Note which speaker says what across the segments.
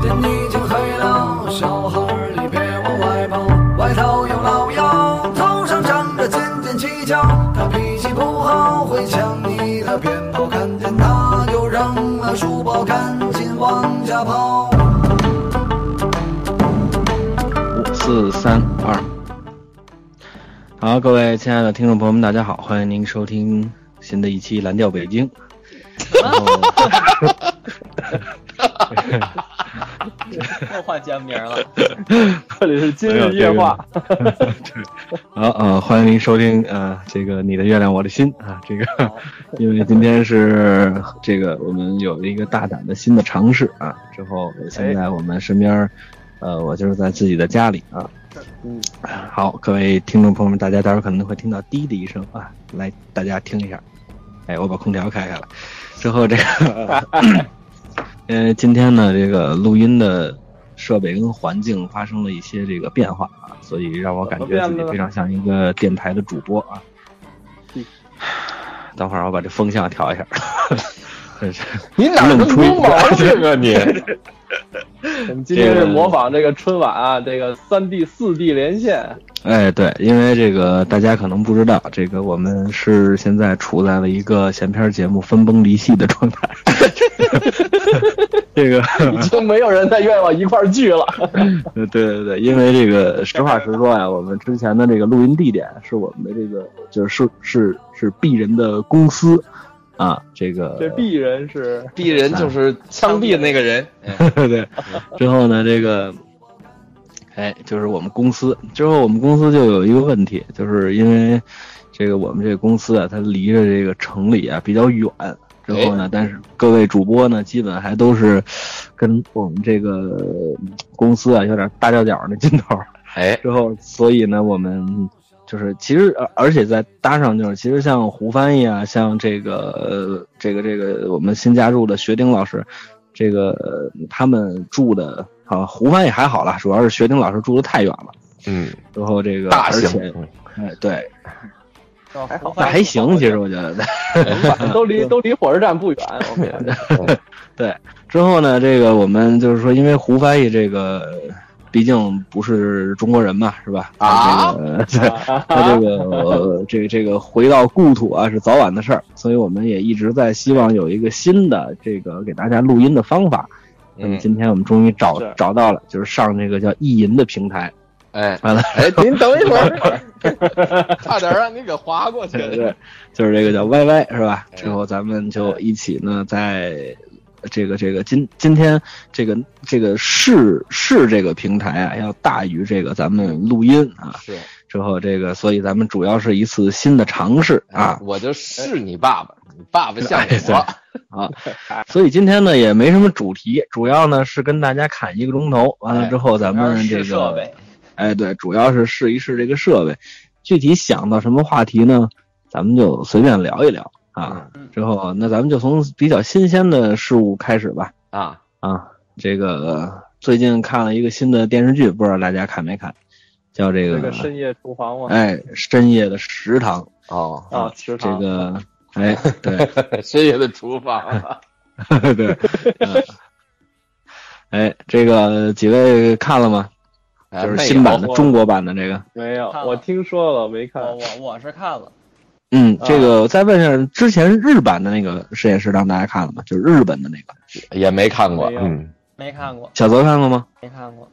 Speaker 1: 天已经黑了，小孩儿你别往外跑，外头有老妖，头上长着尖尖犄角，他脾气不好，会抢你的鞭炮，看见他就扔了书包，赶紧往家跑。
Speaker 2: 五四三二。好，各位亲爱的听众朋友们，大家好，欢迎您收听新的一期《蓝调北京》。然后，
Speaker 3: 又换节目名了，
Speaker 4: 这里是今日夜话，
Speaker 2: 呃好，呃，欢迎您收听呃这个《你的月亮我的心》啊，这个，因为今天是这个我们有一个大胆的新的尝试啊，之后现在我们身边儿，呃，我就是在自己的家里啊，
Speaker 4: 嗯，
Speaker 2: 好，各位听众朋友们，大家到时候可能会听到“滴”的一声啊，来，大家听一下，哎，我把空调开开了，之后这个， 呃，今天呢，这个录音的设备跟环境发生了一些这个变化啊，所以让我感觉
Speaker 4: 怎么
Speaker 2: 自
Speaker 4: 变
Speaker 2: 己
Speaker 4: 了
Speaker 2: 非常像一个电台的主播啊
Speaker 4: 嗯。
Speaker 2: 等会儿我把这风向调一下，真是
Speaker 4: 你哪能
Speaker 2: 弄出一
Speaker 4: 有毛病啊你？ 我们今天
Speaker 2: 这
Speaker 4: 是
Speaker 2: 个
Speaker 4: 模仿这个春晚啊，这个三 D、四 D 连 线，
Speaker 2: 哎，对，因为这个大家可能不知道，这个我们是现在处在了一个闲篇节目分崩离析的状态。 这个，
Speaker 4: 已经没有人再愿意往一块儿聚了。
Speaker 2: 对呃对对，因为这个实话实说啊呀，我们之前的这个录音地点是我们的这个就是是是是鄙人的公司啊，这个
Speaker 4: 这鄙人是
Speaker 5: 鄙人就是枪毙的那个 人，哎
Speaker 2: 对，之后呢，这个，哎，就是我们公司之后，我们公司就有一个问题，就是因为这个我们这个公司啊，它离着这个城里啊比较远。之后呢，但是各位主播呢，基本还都是跟我们这个公司啊有点大脚脚那劲头儿。
Speaker 5: 哎，
Speaker 2: 之后，所以呢，我们就是其实，呃而且再搭上就是，其实像胡翻译啊，像这个、呃、这个这个我们新加入的学丁老师，这个、呃他们住的啊，胡翻译还好啦，主要是学丁老师住的太远了。
Speaker 5: 嗯，
Speaker 2: 然后这个，
Speaker 5: 大
Speaker 2: 而
Speaker 5: 型，
Speaker 2: 且 哎，对，
Speaker 4: 哦
Speaker 3: 还好
Speaker 2: 那还行，其实我觉得。
Speaker 4: 都离都离火车站不远，我看
Speaker 2: 之后呢，这个我们就是说，因为胡翻译这个，毕竟不是中国人嘛，是吧？
Speaker 5: 啊
Speaker 2: 这个， 对他这个、呃这个这个回到故土啊是早晚的事儿，所以我们也一直在希望有一个新的这个给大家录音的方法。那么
Speaker 5: 嗯，
Speaker 2: 今天我们终于找
Speaker 4: 是
Speaker 2: 找到了，就是上这个叫意淫的平台。
Speaker 5: 哎，
Speaker 2: 完了，
Speaker 5: 哎， 您等一会儿，差点让你给划过 去
Speaker 2: 对
Speaker 5: 了。
Speaker 2: 对，就是这个叫 YY 是吧？
Speaker 5: 哎
Speaker 2: 之后咱们就一起呢，在这个这个今今天这个这个试试这个平台啊，要大于这个咱们录音啊。
Speaker 5: 是
Speaker 2: 之后这个，所以咱们主要是一次新的尝试啊
Speaker 5: 哎。我就是你爸爸，你爸爸像我，
Speaker 2: 所以今天呢也没什么主题，主要呢是跟大家侃一个钟头，完了
Speaker 5: 哎
Speaker 2: 之后咱
Speaker 3: 然后
Speaker 2: 们这
Speaker 3: 是
Speaker 2: 个
Speaker 3: 设备，
Speaker 2: 哎，对，主要是试一试这个设备，具体想到什么话题呢？咱们就随便聊一聊啊。
Speaker 4: 嗯
Speaker 2: 之后，那咱们就从比较新鲜的事物开始吧。
Speaker 5: 啊，
Speaker 2: 啊，这个呃最近看了一个新的电视剧，不知道大家看没看？叫这
Speaker 4: 这
Speaker 2: 个
Speaker 4: 个深夜厨房嘛，
Speaker 2: 哎深夜的食堂
Speaker 5: 哦，
Speaker 4: 啊，食
Speaker 2: 这
Speaker 4: 堂
Speaker 2: 个哎对
Speaker 5: 深夜的厨
Speaker 4: 啊
Speaker 5: 房，
Speaker 2: 对，嗯哎这个几位看了吗？
Speaker 5: 哎
Speaker 2: 就是新版的
Speaker 5: 没有
Speaker 2: 中国版的这个。
Speaker 4: 没有
Speaker 3: 看，了哦
Speaker 4: 我听说了，没看
Speaker 3: 我。我我是看了，
Speaker 2: 嗯，这个我再问一下，之前日版的那个实验室让大家看了吗？就是日本的那个，
Speaker 5: 也没看过，
Speaker 4: 没有
Speaker 5: 嗯，
Speaker 3: 没看过，
Speaker 2: 小泽看过吗？
Speaker 3: 没看 过，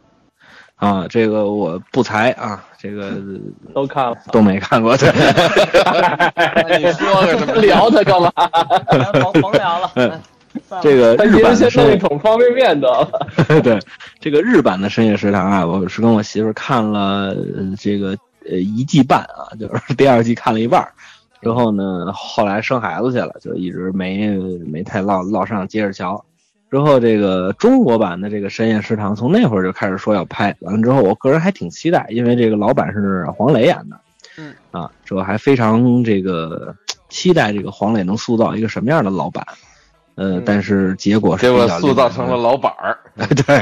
Speaker 2: 啊，这个我不才啊，这个
Speaker 4: 都看了，
Speaker 2: 都没看过。对，
Speaker 5: 那你说 个什么
Speaker 4: 聊他 干嘛？
Speaker 3: 咱甭甭聊了，哎
Speaker 2: 嗯
Speaker 3: 算了
Speaker 2: 这个
Speaker 4: 他一
Speaker 2: 日
Speaker 4: 人
Speaker 2: 版
Speaker 4: 先
Speaker 2: 的
Speaker 4: 弄一
Speaker 2: 深
Speaker 4: 桶方便面得了。
Speaker 2: 夜 对这个日版的深夜食堂啊，我是跟我媳妇儿看了呃这个呃一季半啊，就是 第二季看了一半儿，之后呢，后来生孩子去了，就一直没没太落落上接着瞧。之后这个中国版的这个深夜食堂，从那会儿就开始说要拍，完了之后，我个人还挺期待，因为这个老板是黄磊演的，
Speaker 3: 嗯
Speaker 2: 啊，之后还非常这个期待这个黄磊能塑造一个什么样的老板。呃，但是结果是
Speaker 5: 嗯结果
Speaker 2: 比较
Speaker 5: 塑造
Speaker 2: 令人
Speaker 5: 成了老板儿，
Speaker 2: 对，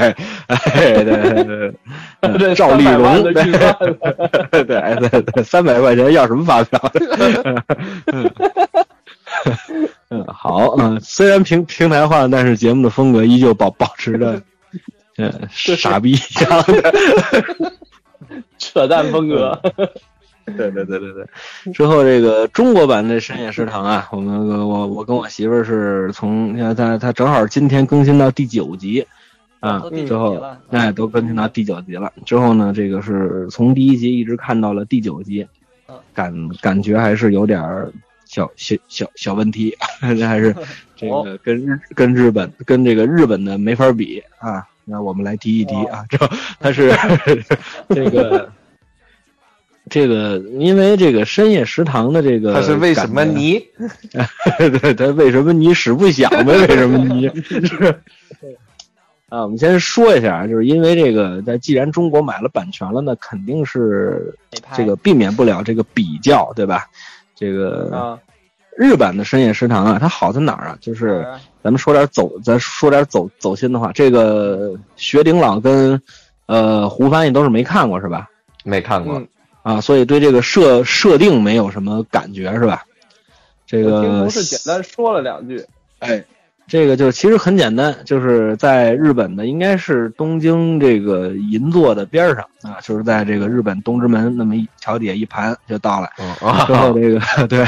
Speaker 2: 哎，对对对嗯
Speaker 4: 这，
Speaker 2: 赵丽
Speaker 4: 300万
Speaker 2: 蓉，
Speaker 4: 的
Speaker 2: 对
Speaker 4: 巨蛋
Speaker 2: 对哎对对，三百块钱要什么发票？ 嗯嗯，好，嗯，虽然平平台化，但是节目的风格依旧保保持着，嗯，傻逼一样的，
Speaker 4: 扯淡风格，
Speaker 2: 对对对对
Speaker 3: 嗯
Speaker 2: 对。之后这个中国版的深夜食堂啊，我们我我我跟我媳妇儿是从，你看她她正好今天更新到第九集，啊，
Speaker 3: 哦都第
Speaker 2: 之
Speaker 3: 九集
Speaker 2: 后
Speaker 3: 了，
Speaker 2: 哎，都更新到第九集了。之后呢，这个是从第一集一直看到了第九集
Speaker 3: 嗯，
Speaker 2: 感感觉还是有点儿小小小小问题， 还
Speaker 3: 哦
Speaker 2: 是这个跟日跟日本跟这个日本的没法比啊。那我们来提一提
Speaker 3: 哦
Speaker 2: 啊，这它是 这个。这个，因为这个深夜食堂的这个，
Speaker 5: 他是为 什么你？
Speaker 2: 对他为什么你使不响呗？为什么 你？是啊，我们先说一下啊，就是因为这个，那既然中国买了版权了，那肯定是
Speaker 3: 得拍
Speaker 2: 这个避免不了这个比较，对吧？这个
Speaker 4: 啊，
Speaker 2: 日版的深夜食堂啊，它好在哪儿啊？就是
Speaker 3: 哪儿啊
Speaker 2: 咱们说点走，咱说点走走心的话，这个学顶老跟呃胡翻译都是没看过是吧？
Speaker 5: 没看过，
Speaker 2: 啊，所以对这个设设定没有什么感觉是吧？这
Speaker 4: 我
Speaker 2: 个
Speaker 4: 听同事简单说了两句，
Speaker 2: 哎，这个就是其实很简单，就是在日本的应该是东京这个银座的边儿上啊，就是在这个日本东直门那么一桥底下一盘就到了。
Speaker 5: 嗯啊
Speaker 2: 之后这个 对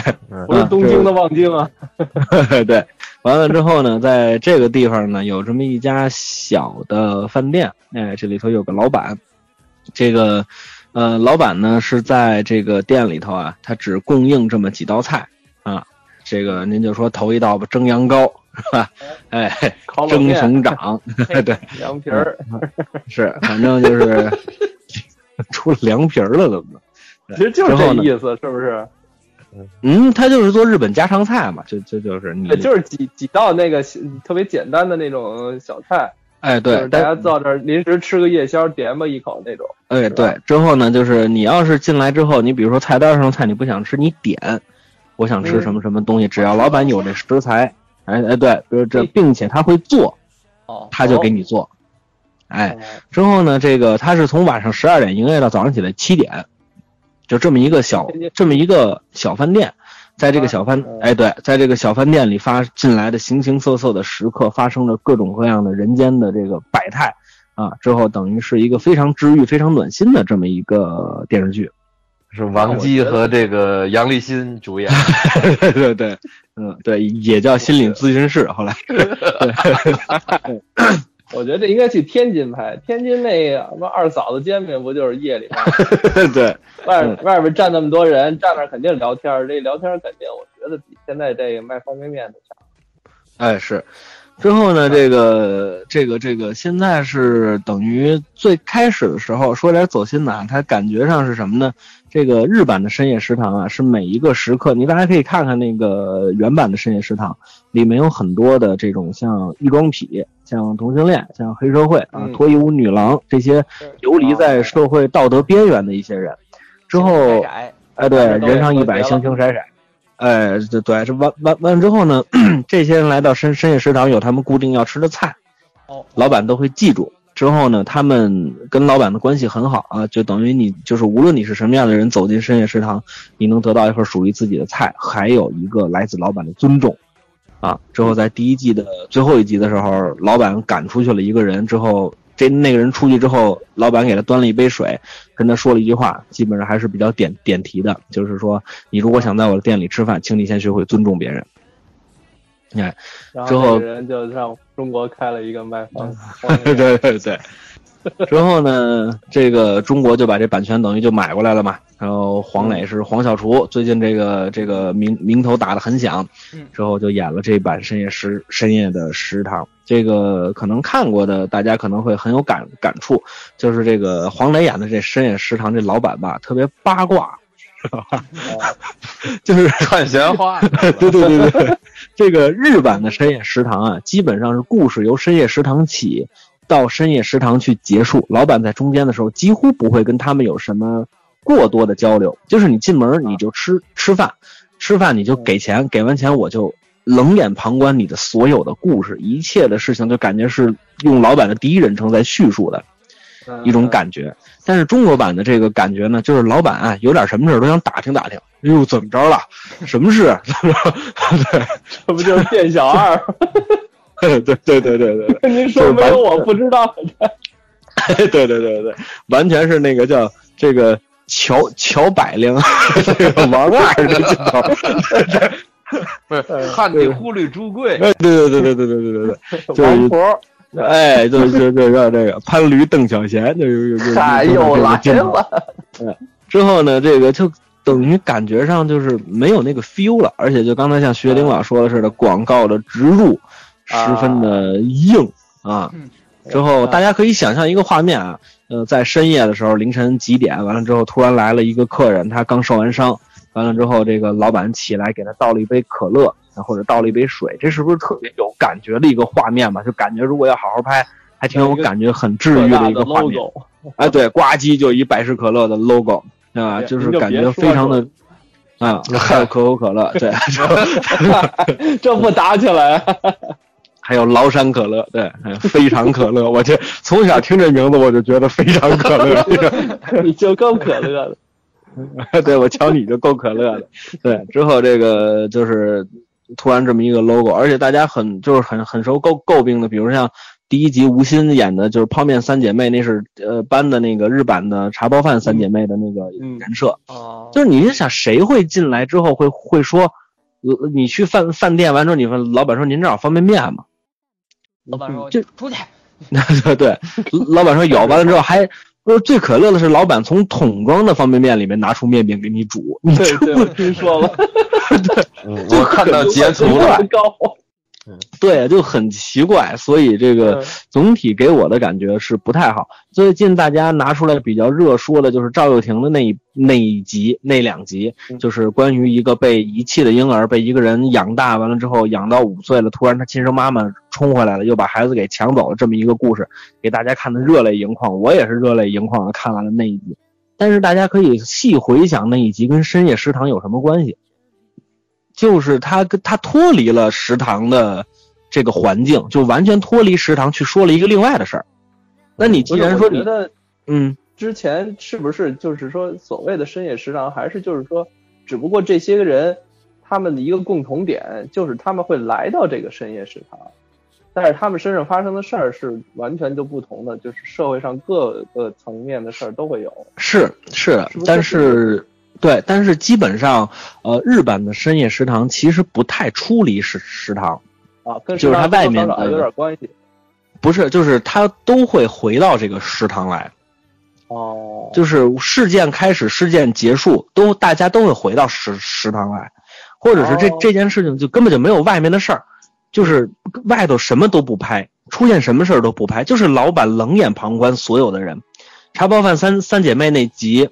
Speaker 4: 不是东京的望京啊，
Speaker 2: 对，完了之后呢，在这个地方呢有这么一家小的饭店，哎，这里头有个老板，这个呃老板呢是在这个店里头啊，他只供应这么几道菜啊，这个您就说头一道吧，蒸羊羔是吧？哎，
Speaker 4: 烤冷
Speaker 2: 蒸
Speaker 4: 面、
Speaker 2: 熊掌，对，
Speaker 4: 羊皮儿，
Speaker 2: 是，反正就是 出了凉皮儿了，怎么的？
Speaker 4: 其实就是这
Speaker 2: 之嗯后呢
Speaker 4: 意思，是不是？
Speaker 2: 嗯，他就是做日本家常菜嘛，就这就是你
Speaker 4: 对，，哎就是几几道那个小特别简单的那种小菜，
Speaker 2: 哎，
Speaker 4: 就
Speaker 2: 对
Speaker 4: 是，大
Speaker 2: 但
Speaker 4: 家到这儿临时吃个夜宵，点吧一口那种。
Speaker 2: 哎对，之后呢，就是你要是进来之后，你比如说菜单上的菜你不想吃，你点，我想吃
Speaker 4: 嗯
Speaker 2: 什么什么东西，只要老板有这食材，哎哎，对，比如这，并且他会做，
Speaker 3: 哦，
Speaker 2: 他就给你做，哎，之后呢，这个他是从晚上十二点营业到早上起来七点，就这么一个小
Speaker 4: 天天
Speaker 2: 这么一个小饭店，在这个
Speaker 4: 啊
Speaker 2: 小饭
Speaker 4: 嗯
Speaker 2: 哎对，在这个小饭店里发进来的形形色色的食客，发生了各种各样的人间的这个百态啊，之后等于是一个非常治愈、非常暖心的这么一个电视剧。
Speaker 5: 是王姬和这个杨立新主演，
Speaker 2: 对对对，嗯对，也叫心理咨询室， 后来
Speaker 4: 我觉得这应该去天津拍，天津那个什么二嫂子煎饼不就是夜 里吗？
Speaker 2: 对
Speaker 4: 外
Speaker 2: 嗯
Speaker 4: 外边站那么多人，站那儿肯定聊天儿，这聊天儿肯定我觉得比现在这个卖方便面的强。
Speaker 2: 哎是，之后呢，这个这个这个现在是等于最开始的时候说点走心的啊，它感觉上是什么呢？这个日版的深夜食堂啊，是每一个时刻，你大家可以看看那个原版的深夜食堂，里面有很多的这种像异装癖、像同性恋、像黑社会啊、
Speaker 4: 嗯
Speaker 2: 脱衣舞女郎这些游离在社会道德边缘的一些人。之后，哎，对，
Speaker 4: 都
Speaker 2: 人上一百，
Speaker 4: 都
Speaker 2: 形形色色。哎，对对，这完完完之后呢， 咳这些人来到深深夜食堂，有他们固定要吃的菜，
Speaker 3: 哦，
Speaker 2: 老板都会记住。之后呢，他们跟老板的关系很好啊，就等于你就是无论你是什么样的人走进深夜食堂，你能得到一份属于自己的菜，还有一个来自老板的尊重。啊，之后在第一季的最后一集的时候，老板赶出去了一个人之后，这那个人出去之后，老板给他端了一杯水，跟他说了一句话，基本上还是比较点点题的，就是说你如果想在我的店里吃饭，请你先学会尊重别人。哎，
Speaker 4: 然
Speaker 2: 之
Speaker 4: 后那
Speaker 2: 后嗯
Speaker 4: 个人就让中国开了一个卖方
Speaker 2: 对对对对。之后呢，这个中国就把这版权等于就买过来了嘛。然后黄磊是黄小厨，最近这个这个名名头打得很响
Speaker 3: 嗯，
Speaker 2: 之后就演了这版《深夜食深夜的食堂》。这个可能看过的大家可能会很有感感触，就是这个黄磊演的这深夜食堂这老板吧，特别八卦， 就是
Speaker 5: 串闲话，
Speaker 2: 对对对对，对，这个日版的深夜食堂啊，基本上是故事由深夜食堂起，到深夜食堂去结束。老板在中间的时候，几乎不会跟他们有什么过多的交流，就是你进门你就吃吃饭，吃饭你就给钱，给完钱我就冷眼旁观你的所有的故事，一切的事情就感觉是用老板的第一人称在叙述的
Speaker 4: 嗯
Speaker 2: 一种感觉。但是中国版的这个感觉呢，就是老板啊，有点什么事儿都想打听打听，哎呦怎么着了，什么事？
Speaker 4: 这不就是店小二？
Speaker 2: 对对对对对对。
Speaker 4: 您说没有我不知道，
Speaker 2: 对对对对对，完全是那个叫这个乔乔百灵，这个王二的镜头。
Speaker 5: 不 是汉地忽略朱 贵，
Speaker 2: 哎，对对对对对对对对
Speaker 4: 王婆，
Speaker 2: 对，哎，就就就让这个潘驴邓小闲，就就就
Speaker 4: 哎又来了。
Speaker 2: 之后呢，这个就等于感觉上就是没有那个 feel 了，而且就刚才像学玲老说的似的，广告的植入十分的硬啊
Speaker 3: 嗯。
Speaker 2: 之后大家可以想象一个画面啊，呃，在深夜的时候，凌晨几点，完了之后突然来了一个客人，他刚受完伤，完了之后这个老板起来给他倒了一杯可乐，或者倒了一杯水，这是不是特别有感觉的一个画面嘛？就感觉如果要好好拍，还挺有感觉，很治愈的一个画面。
Speaker 4: logo，
Speaker 2: 哎，对，呱唧就一百事可乐的 logo 啊，
Speaker 4: 对
Speaker 2: 就是
Speaker 4: 哎您就
Speaker 2: 感
Speaker 4: 别
Speaker 2: 觉
Speaker 4: 说
Speaker 2: 非常的啊，还有可口可乐， 对，
Speaker 4: 这不打起来啊？
Speaker 2: 还有崂山可乐，对，还有非常可乐，我就从小听这名字我就觉得非常可乐，
Speaker 4: 你就更可乐了。
Speaker 2: 对我瞧你就够可乐的，对，之后这个就是突然这么一个 logo，而且大家很就是很很受诟诟病的，比如像。第一集吴昕演的就是泡面三姐妹，那是呃搬的那个日版的茶包饭三姐妹的那个
Speaker 4: 嗯
Speaker 2: 人设，
Speaker 3: 哦，
Speaker 2: 就是你是想谁会进来之后会会说，呃你去饭饭店完之后，你问老板说您这儿有方便面吗？
Speaker 3: 老板说
Speaker 2: 嗯这
Speaker 3: 出去，
Speaker 2: 对对，老板说有，完了之后还。呃，最可乐的是，老板从桶装的方便面里面拿出面饼给你煮， 你
Speaker 4: 对对，我听说 了，
Speaker 5: 嗯 我看到截图了，
Speaker 4: 高。
Speaker 2: 对，就很奇怪。所以这个
Speaker 4: 嗯
Speaker 2: 总体给我的感觉是不太好。最近大家拿出来比较热说的就是赵又廷的那一那一集那两集，就是关于一个被遗弃的婴儿被一个人养大，完了之后养到五岁了，突然他亲生妈妈冲回来了，又把孩子给抢走了这么一个故事，给大家看的热泪盈眶。我也是热泪盈眶的看完了那一集。但是大家可以细回想那一集跟深夜食堂有什么关系？就是他跟他脱离了食堂的这个环境，就完全脱离食堂去说了一个另外的事儿。那你既
Speaker 4: 不是
Speaker 2: 然
Speaker 4: 我
Speaker 2: 说
Speaker 4: 觉
Speaker 2: 你
Speaker 4: 得
Speaker 2: 嗯，
Speaker 4: 之前是不是就是说所谓的深夜食堂，还是就是说，只不过这些个人他们的一个共同点就是他们会来到这个深夜食堂，但是他们身上发生的事儿是完全就不同的，就是社会上各个层面的事儿都会有。
Speaker 2: 是是的
Speaker 4: 是不是
Speaker 2: 但是对，但是基本上呃，日版的深夜食堂其实不太出离食食堂，
Speaker 4: 啊，跟
Speaker 2: 就是它
Speaker 4: 食堂
Speaker 2: 外面
Speaker 4: 多多少少有
Speaker 2: 的
Speaker 4: 点关系。
Speaker 2: 不是，就是他都会回到这个食堂来。
Speaker 4: 哦，
Speaker 2: 就是事件开始、事件结束，都大家都会回到食食堂来，或者是这、
Speaker 4: 哦
Speaker 2: 这件事情就根本就没有外面的事儿，就是外头什么都不拍，出现什么事儿都不拍，就是老板冷眼旁观所有的人。茶包饭三三姐妹那集，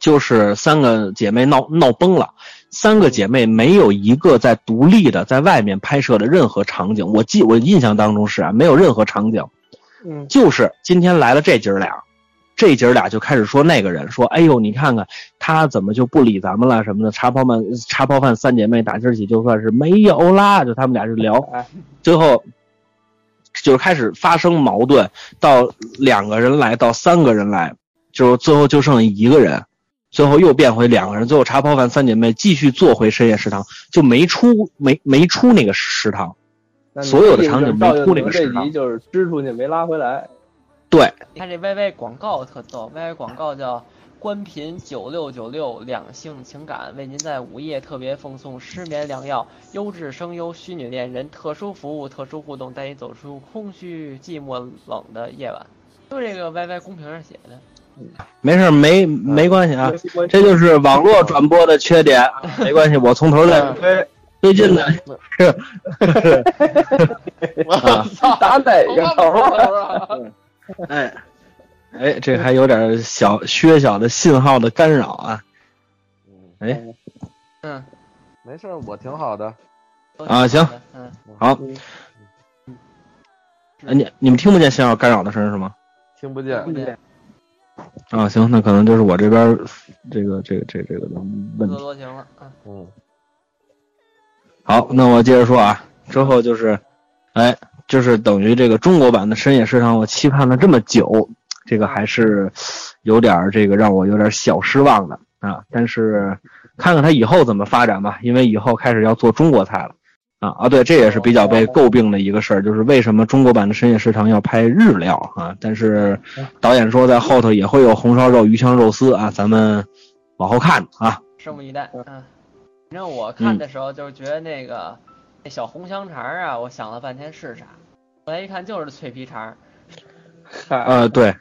Speaker 2: 就是三个姐妹闹闹崩了，三个姐妹没有一个在独立的在外面拍摄的任何场景，我记我印象当中是啊，没有任何场景。
Speaker 4: 嗯，
Speaker 2: 就是今天来了这姐儿俩，这姐儿俩就开始说那个人说，哎呦，你看看他怎么就不理咱们了什么的。茶泡饭茶泡饭三姐妹打今儿起就算是没有啦，就他们俩就聊
Speaker 4: 哎，
Speaker 2: 最后就是开始发生矛盾，到两个人来，到三个人来，就最后就剩一个人。最后又变回两个人，最后茶泡饭三姐妹继续做回深夜食堂，就没出没没出那个食堂。
Speaker 4: 那你
Speaker 2: 所有的
Speaker 4: 这个
Speaker 2: 场景
Speaker 4: 就是
Speaker 2: 没
Speaker 4: 赵又
Speaker 2: 出那个
Speaker 4: 廷
Speaker 2: 食
Speaker 4: 这
Speaker 2: 堂
Speaker 4: 集就是支出去没拉回来。
Speaker 2: 对，
Speaker 3: 你看这 YY 广告特逗，YY 广告叫“关频九六九六两性情感”，为您在午夜特别奉送失眠良药，优质声优虚拟恋人，特殊服务、特殊互动，带你走出空虚、寂寞、冷的夜晚。就这个 YY 公屏上写的，
Speaker 2: 没事儿没没关系啊，
Speaker 4: 没关系
Speaker 2: 这就是网络转播的缺点，啊没关系，我从头再
Speaker 5: 嗯
Speaker 2: 吹。最近呢，
Speaker 5: 我
Speaker 2: 啊
Speaker 5: 操，
Speaker 4: 打哪
Speaker 5: 我
Speaker 4: 个头啊？
Speaker 5: 啊？
Speaker 2: 哎，哎，这还有点小削小的信号的干扰啊
Speaker 3: 嗯，
Speaker 5: 没事儿，我挺好的。
Speaker 3: 都
Speaker 2: 啊
Speaker 3: 挺
Speaker 2: 行
Speaker 3: 好的，嗯，
Speaker 2: 哎你你们听不见信号干扰的声儿是吗？
Speaker 5: 听不见，
Speaker 3: 对，
Speaker 2: 啊，行，那可能就是我这边儿这个这个这个这个的
Speaker 3: 多
Speaker 2: 问题。
Speaker 3: 多行了，嗯，
Speaker 5: 嗯，
Speaker 2: 好，那我接着说啊，之后就是，哎，就是等于这个中国版的深夜食堂，我期盼了这么久，这个还是有点儿这个让我有点儿小失望的啊。但是看看它以后怎么发展吧，因为以后开始要做中国菜了啊啊，对，这也是比较被诟病的一个事儿，就是为什么中国版的深夜食堂要拍日料啊？但是导演说在后头也会有红烧肉、鱼香肉丝啊，咱们往后看啊。
Speaker 3: 拭目以待。嗯，反正我
Speaker 4: 嗯
Speaker 3: 看的时候就是觉得那个、那小红香肠儿啊，我想了半天是啥，后来一看就是脆皮肠儿，
Speaker 4: 嗨，
Speaker 2: 呃，对，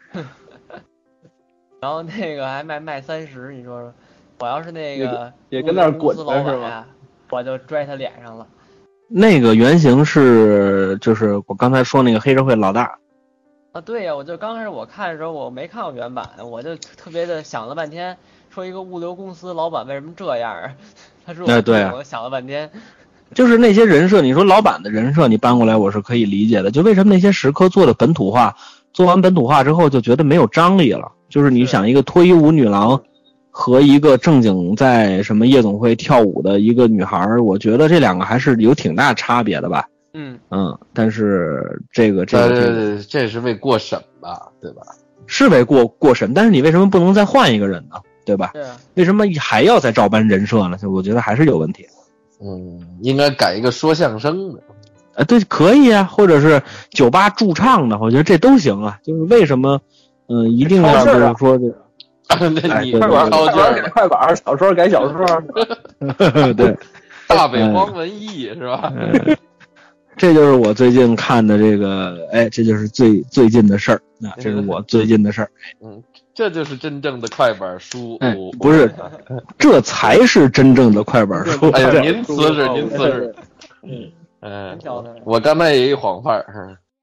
Speaker 3: 然后那个还卖卖三十，你说说，我要是那
Speaker 4: 也
Speaker 3: 个
Speaker 4: 也跟那儿
Speaker 3: 公
Speaker 4: 滚
Speaker 3: 司
Speaker 4: 呢
Speaker 3: 老板
Speaker 4: 是吗？
Speaker 3: 啊，我就拽他脸上了。
Speaker 2: 那个原型是就是我刚才说那个黑社会老大，
Speaker 3: 啊，对呀、我就刚开始我看的时候，我没看过原版，我就特别的想了半天，说一个物流公司老板为什么这样儿？ 他说我
Speaker 2: 哎对啊
Speaker 3: 我想了半天，
Speaker 2: 就是那些人设，你说老板的人设你搬过来我是可以理解的，就为什么那些食客做的本土化，做完本土化之后就觉得没有张力了，就是你
Speaker 3: 是
Speaker 2: 想一个脱衣舞女郎。和一个正经在什么夜总会跳舞的一个女孩儿，我觉得这两个还是有挺大差别的吧。
Speaker 3: 嗯，
Speaker 2: 嗯，但是这个这
Speaker 5: 对
Speaker 2: 个这
Speaker 5: 对
Speaker 2: 个
Speaker 5: 对，这是为过审吧，对吧？
Speaker 2: 是为过过审，但是你为什么不能再换一个人呢？对吧？
Speaker 3: 是啊，
Speaker 2: 为什么还要再照搬人设呢？就我觉得还是有问题。
Speaker 5: 嗯，应该改一个说相声的。
Speaker 2: 啊，对，可以啊，或者是酒吧驻唱的，我觉得这都行啊。就是为什么，嗯、一定要
Speaker 4: 超市
Speaker 2: 就
Speaker 4: 啊
Speaker 2: 是说这，
Speaker 5: 那
Speaker 2: 哎
Speaker 5: 你
Speaker 2: 对
Speaker 5: 快
Speaker 2: 对
Speaker 5: 玩
Speaker 2: 对
Speaker 5: 超
Speaker 4: 快板
Speaker 5: 劲儿嗯
Speaker 4: 儿
Speaker 5: 了，
Speaker 4: 快板儿，小说改小说，
Speaker 2: 对，
Speaker 5: 大北方文艺是吧？
Speaker 2: 呃这就是我最近看的这个，哎，这就是最最近的事儿。那、这是我最近的事儿，
Speaker 5: 嗯这就是真正的快板书。
Speaker 2: 哎，不是，这才是真正的快板书。
Speaker 5: 哎 呀，
Speaker 2: 对
Speaker 5: 您辞职，您辞职。嗯
Speaker 3: 真，巧的。
Speaker 5: 我刚才也一晃范儿，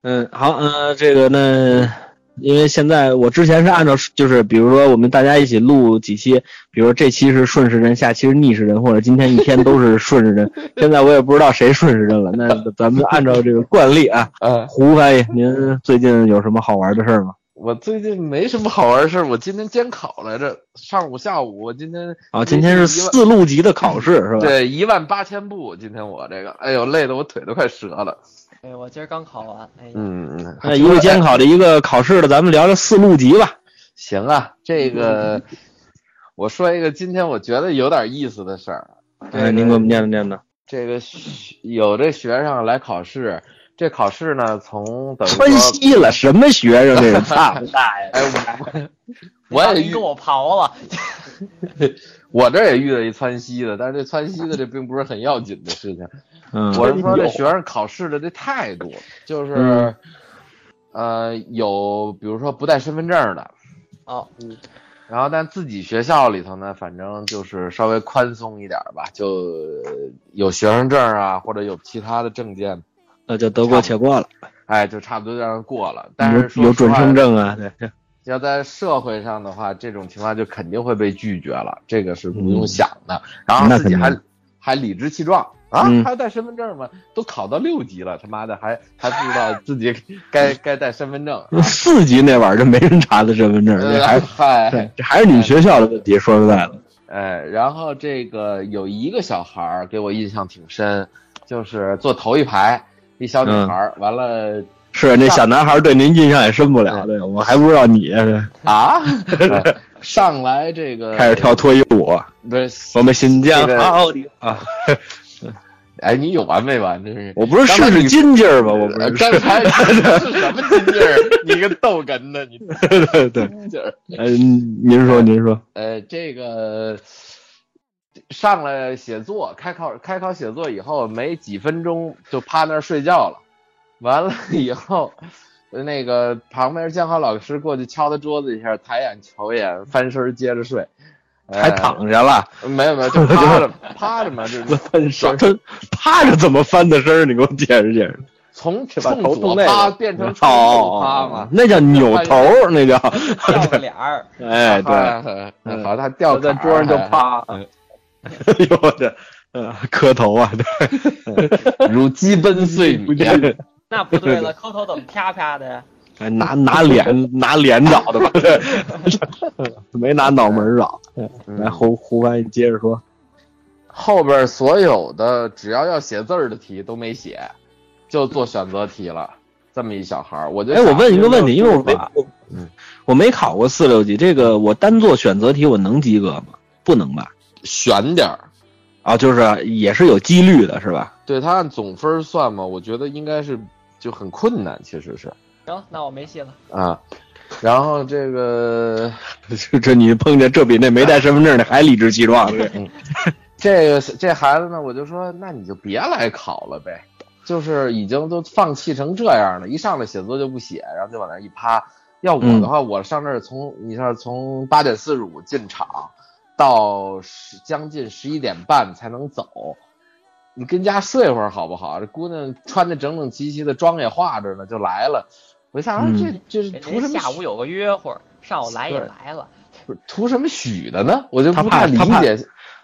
Speaker 2: 嗯，好，呃，这个呢，因为现在我之前是按照就是，比如说我们大家一起录几期，比如说这期是顺时针，下期是逆时针，或者今天一天都是顺时针。现在我也不知道谁顺时针了，那咱们按照这个惯例啊，
Speaker 5: 嗯，
Speaker 2: 胡翻译，您最近有什么好玩的事儿吗？
Speaker 5: 我最近没什么好玩的事儿，我今天监考来着，上午下午我哦今天
Speaker 2: 啊，今天是四路级的考试是吧？
Speaker 5: 对一万八千步，今天我这个，哎呦，累得我腿都快折了。
Speaker 3: 哎，我今儿刚考完，哎，
Speaker 5: 嗯，
Speaker 2: 那一个监考的一个考试的，咱们聊聊四路级吧。
Speaker 5: 行啊，这 个我说一个今天我觉得有点意思的事儿，
Speaker 2: 哎，您给我们念叨念叨。
Speaker 5: 这个学有这学生来考试，这考试呢从等于说
Speaker 2: 川西了，什么学生这是？操你大爷！
Speaker 5: 哎，我我也
Speaker 3: 你
Speaker 5: 遇
Speaker 3: 跟我刨了，
Speaker 5: 我这也遇到一窜稀的，但是这窜稀的这并不是很要紧的事情。
Speaker 2: 嗯，
Speaker 5: 我是说这学生考试的这态度，就是、
Speaker 2: 嗯
Speaker 5: 呃有比如说不带身份证的，
Speaker 3: 哦，
Speaker 5: 然后但自己学校里头呢，反正就是稍微宽松一点吧，就有学生证啊或者有其他的证件，
Speaker 2: 那就得过且过了。
Speaker 5: 哎，就差不多让人过了。但是说
Speaker 2: 有有准
Speaker 5: 实话
Speaker 2: 生证啊，对，
Speaker 5: 要在社会上的话，这种情况就肯定会被拒绝了，这个是不用想的。然后自己
Speaker 2: 嗯那肯
Speaker 5: 还还理直气壮啊，
Speaker 2: 嗯
Speaker 5: 还要带身份证吗？都考到六级了，他妈的还还不知道自己 该该带身份证。 哎
Speaker 2: 四级那晚儿就没人查他身份证，这嗯还是
Speaker 5: 嗨
Speaker 2: 对，这还是你们学校的问题。说实在的，
Speaker 5: 哎，然后这个有一个小孩儿给我印象挺深，就是坐头一排一小女孩
Speaker 2: 嗯
Speaker 5: 儿，完了
Speaker 2: 是那小男孩对您印象也深不了，对我还不知道你对
Speaker 5: 啊、 哎上来这个
Speaker 2: 开始跳脱衣舞，
Speaker 5: 不是
Speaker 2: 我们新疆
Speaker 5: 呃这个
Speaker 2: 好的啊！
Speaker 5: 哎，你有完没完？真是
Speaker 2: 我不是试试筋劲儿吗？我不
Speaker 5: 呃
Speaker 2: 是
Speaker 5: 刚
Speaker 2: 试，
Speaker 5: 才是什么金劲儿？你个逗哏的，你
Speaker 2: 对对，
Speaker 5: 金劲儿。
Speaker 2: 嗯，您说您说，
Speaker 5: 呃，这个上来写作，开考开考写作以后，没几分钟就趴那儿睡觉了。完了 以后，呃那个旁边监考老师过去敲他桌子一下，抬眼瞧一眼，翻身接着睡。呃
Speaker 2: 还？躺下了，
Speaker 5: 没有没有， 就趴着趴着嘛，哎就是
Speaker 2: 翻身，趴着怎么翻的身儿？你给我解释解释。
Speaker 5: 从
Speaker 4: 把
Speaker 5: 冲
Speaker 4: 头
Speaker 5: 左
Speaker 4: 冲那
Speaker 5: 趴
Speaker 4: 个
Speaker 5: 变成冲右趴
Speaker 2: 哦
Speaker 5: 嘛，。
Speaker 2: 那叫扭头儿，那叫，
Speaker 3: 掉个脸儿，
Speaker 2: 哎，对，
Speaker 5: 对，
Speaker 2: 嗯
Speaker 5: 好，他掉
Speaker 4: 在桌上就
Speaker 5: 趴。
Speaker 4: 趴。
Speaker 2: 哎呦我的，呃，磕头啊，对，
Speaker 5: 如鸡 奔碎米。
Speaker 3: 那不对了，磕头怎么啪啪的呀？
Speaker 2: 哎拿拿脸拿脸找的 吧，对，嗯
Speaker 5: 嗯
Speaker 2: 没拿脑门儿找。来胡胡翻译接着说，
Speaker 5: 后边所有的只要要写字儿的题都没写，就做选择题了。这么一小孩儿，我就
Speaker 2: 哎，我
Speaker 5: 想
Speaker 2: 问一
Speaker 5: 这
Speaker 2: 个问
Speaker 5: 就
Speaker 2: 题，
Speaker 5: 是
Speaker 2: 因为我没
Speaker 5: 吧
Speaker 2: 我
Speaker 5: 嗯
Speaker 2: 我没考过四六级，这个我单做选择题我能及格吗？不能吧？
Speaker 5: 选点儿，
Speaker 2: 啊，就是也是有几率的，是吧？
Speaker 5: 对他按总分儿算嘛，我觉得应该是就很困难，其实是
Speaker 3: 行，那我没戏了。
Speaker 5: 啊。然后这个
Speaker 2: 这这你碰见这比那没带身份证的还理直气壮， 这
Speaker 5: 嗯这个这孩子呢，我就说那你就别来考了呗，就是已经都放弃成这样了，一上来写作就不写，然后就往那儿一趴。要我
Speaker 2: 嗯
Speaker 5: 的话，我上这儿从你像从八点四十五进场，到十将近十一点半才能走。你跟家睡会儿好不好？这姑娘穿的整整齐齐的，妆也化着呢，就来了。我一想，啊
Speaker 2: 嗯
Speaker 5: 这这是
Speaker 3: 人
Speaker 5: 图
Speaker 3: 家
Speaker 5: 什么
Speaker 3: 哎下午
Speaker 5: 许
Speaker 3: 有个约会儿，上午来也
Speaker 5: 对
Speaker 3: 来了。
Speaker 5: 不是图什么许的呢？我就
Speaker 2: 他
Speaker 5: 不
Speaker 2: 怕
Speaker 5: 太理
Speaker 2: 他怕
Speaker 5: 解。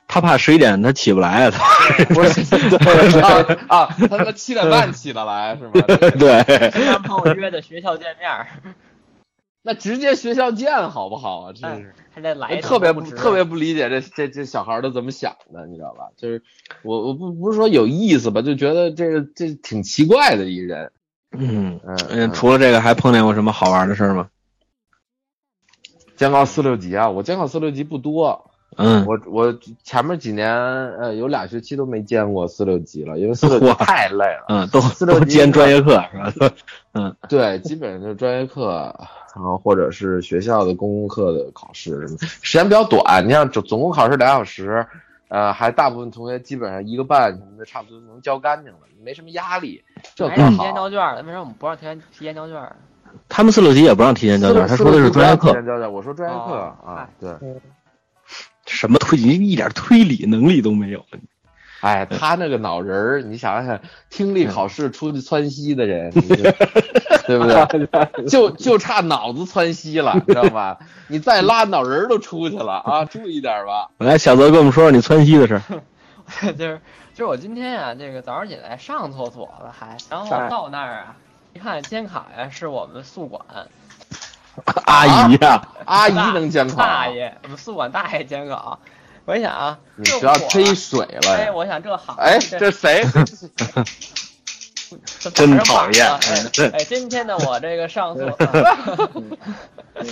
Speaker 2: 他怕十一点他起不来啊，他
Speaker 5: 不是对 啊啊，他他妈七点半起得来是吗？
Speaker 2: 对，
Speaker 3: 跟男朋友约的学校见面儿，
Speaker 5: 那直接学校见好不好啊？ 真是，
Speaker 3: 哎还得来
Speaker 5: 我
Speaker 3: 一趟啊
Speaker 5: 特别
Speaker 3: 不
Speaker 5: 不
Speaker 3: 值
Speaker 5: 特别不理解这这这小孩儿都怎么想的，你知道吧？就是我我不不是说有意思吧，就觉得这个这挺奇怪的一人。
Speaker 2: 嗯
Speaker 5: 嗯
Speaker 2: 嗯，
Speaker 5: 嗯，
Speaker 2: 除了这个还碰见过什么好玩的事儿吗？
Speaker 5: 监考四六级啊，我监考四六级不多，
Speaker 2: 嗯，
Speaker 5: 我我前面几年呃有俩学期都没监过四六级了，因为四六级
Speaker 2: 哇
Speaker 5: 太累了。
Speaker 2: 嗯，都
Speaker 5: 四六
Speaker 2: 都
Speaker 5: 级
Speaker 2: 兼专业课是吧？
Speaker 5: 对，基本上就是专业课，然后或者是学校的公共课的考试什么，时间比较短。你像总总共考试俩小时，呃，还大部分同学基本上一个半什么的，差不多能交干净了，没什么压力，这
Speaker 2: 哎
Speaker 3: 还
Speaker 5: 多
Speaker 3: 让提前
Speaker 5: 好。
Speaker 3: 交卷儿，为什么我们不让提前提前交卷儿？啊
Speaker 2: 他们四六级也不让提前交卷，他说的是专业
Speaker 5: 提
Speaker 2: 课，
Speaker 5: 前交卷，我说专业课、
Speaker 3: 哦
Speaker 5: 啊
Speaker 3: 嗨，
Speaker 5: 对，
Speaker 2: 什么推理一点推理能力都没有。
Speaker 5: 哎，他那个脑仁儿，你想想，听
Speaker 2: 嗯
Speaker 5: 力考试出去窜稀的人，你 就对不对？就就差脑子窜稀了，知道吧？你再拉脑仁儿都出去了啊，注意点儿吧。
Speaker 2: 来，小泽跟我们说说你窜稀 的事儿。
Speaker 3: 就是就是我今天啊，这个早上起来上厕所了还，然后
Speaker 4: 哎
Speaker 3: 到那儿啊，一看监考呀是我们宿管
Speaker 2: 阿姨呀、
Speaker 3: 啊
Speaker 5: 阿姨
Speaker 3: 大
Speaker 5: 能啊监考，
Speaker 3: 大爷，我们宿管大爷监考。我一想啊，
Speaker 5: 你
Speaker 3: 这
Speaker 5: 不嗯要
Speaker 3: 我
Speaker 5: 追水了
Speaker 3: 哎，
Speaker 5: 呀。
Speaker 3: 我想这好，
Speaker 5: 哎，这 谁？
Speaker 2: 真讨厌
Speaker 3: 哎哎，今天呢，我这个 上厕所，
Speaker 2: 嗯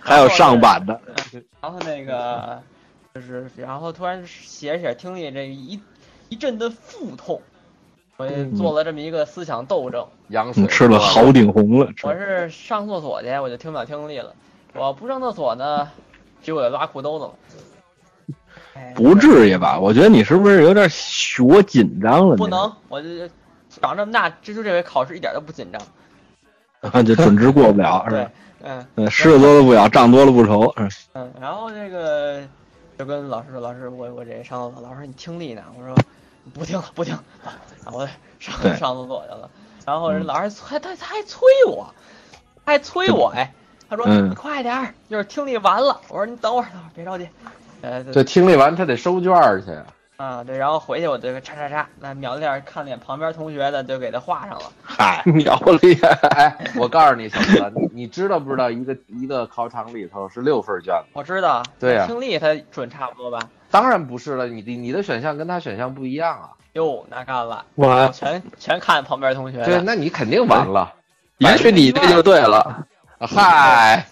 Speaker 2: 还有上版 的，
Speaker 3: 然后那个就是，然后突然写着写着听力这一一阵的腹痛，我
Speaker 2: 嗯
Speaker 3: 也做了这么一个思想斗争。
Speaker 5: 羊水
Speaker 2: 你吃了好顶红了，吃
Speaker 3: 我是上厕所去，我就听不了听力了；我不上厕所呢，结果拉裤兜子了。 哎
Speaker 2: 不至于吧？我觉得你是不是有点学紧张了？
Speaker 3: 不能，我就长这么大，这就这回考试一点都不紧张。
Speaker 2: 能， 就准知过不 了是
Speaker 3: 对
Speaker 2: 吧？，
Speaker 3: 嗯
Speaker 2: 嗯，虱子多了不咬，账多了不愁。嗯
Speaker 3: 嗯，然后这个就跟老师说，老师我我这上厕所，老师你听力呢？我说不听了不听了， 啊我上
Speaker 2: 对
Speaker 3: 上厕所去了。然后人
Speaker 2: 嗯
Speaker 3: 老师催他他还催我，他还催我哎，他说
Speaker 2: 嗯
Speaker 3: 你快点儿，就是听力完了。我说你等会儿等会儿别着急，呃
Speaker 5: 这听力完他得收卷儿去。
Speaker 3: 啊，对，然后回去我这个叉叉叉，那瞄了一下看脸旁边同学的，就给他画上了。
Speaker 2: 嗨，
Speaker 5: 苗栗，哎，我告诉你小子，你你知道不知道一个一个考场里头是六份卷子？
Speaker 3: 我知道，
Speaker 5: 对呀
Speaker 3: 听力他准差不多吧？
Speaker 5: 当然不是了，你的你的选项跟他选项不一样啊。
Speaker 3: 哟，那干了，我
Speaker 6: 啊
Speaker 4: 我
Speaker 3: 全全看旁边同学
Speaker 5: 对，
Speaker 3: 的。
Speaker 5: 那你肯定完了。啊
Speaker 4: 也许你这就对了，
Speaker 5: 嗨，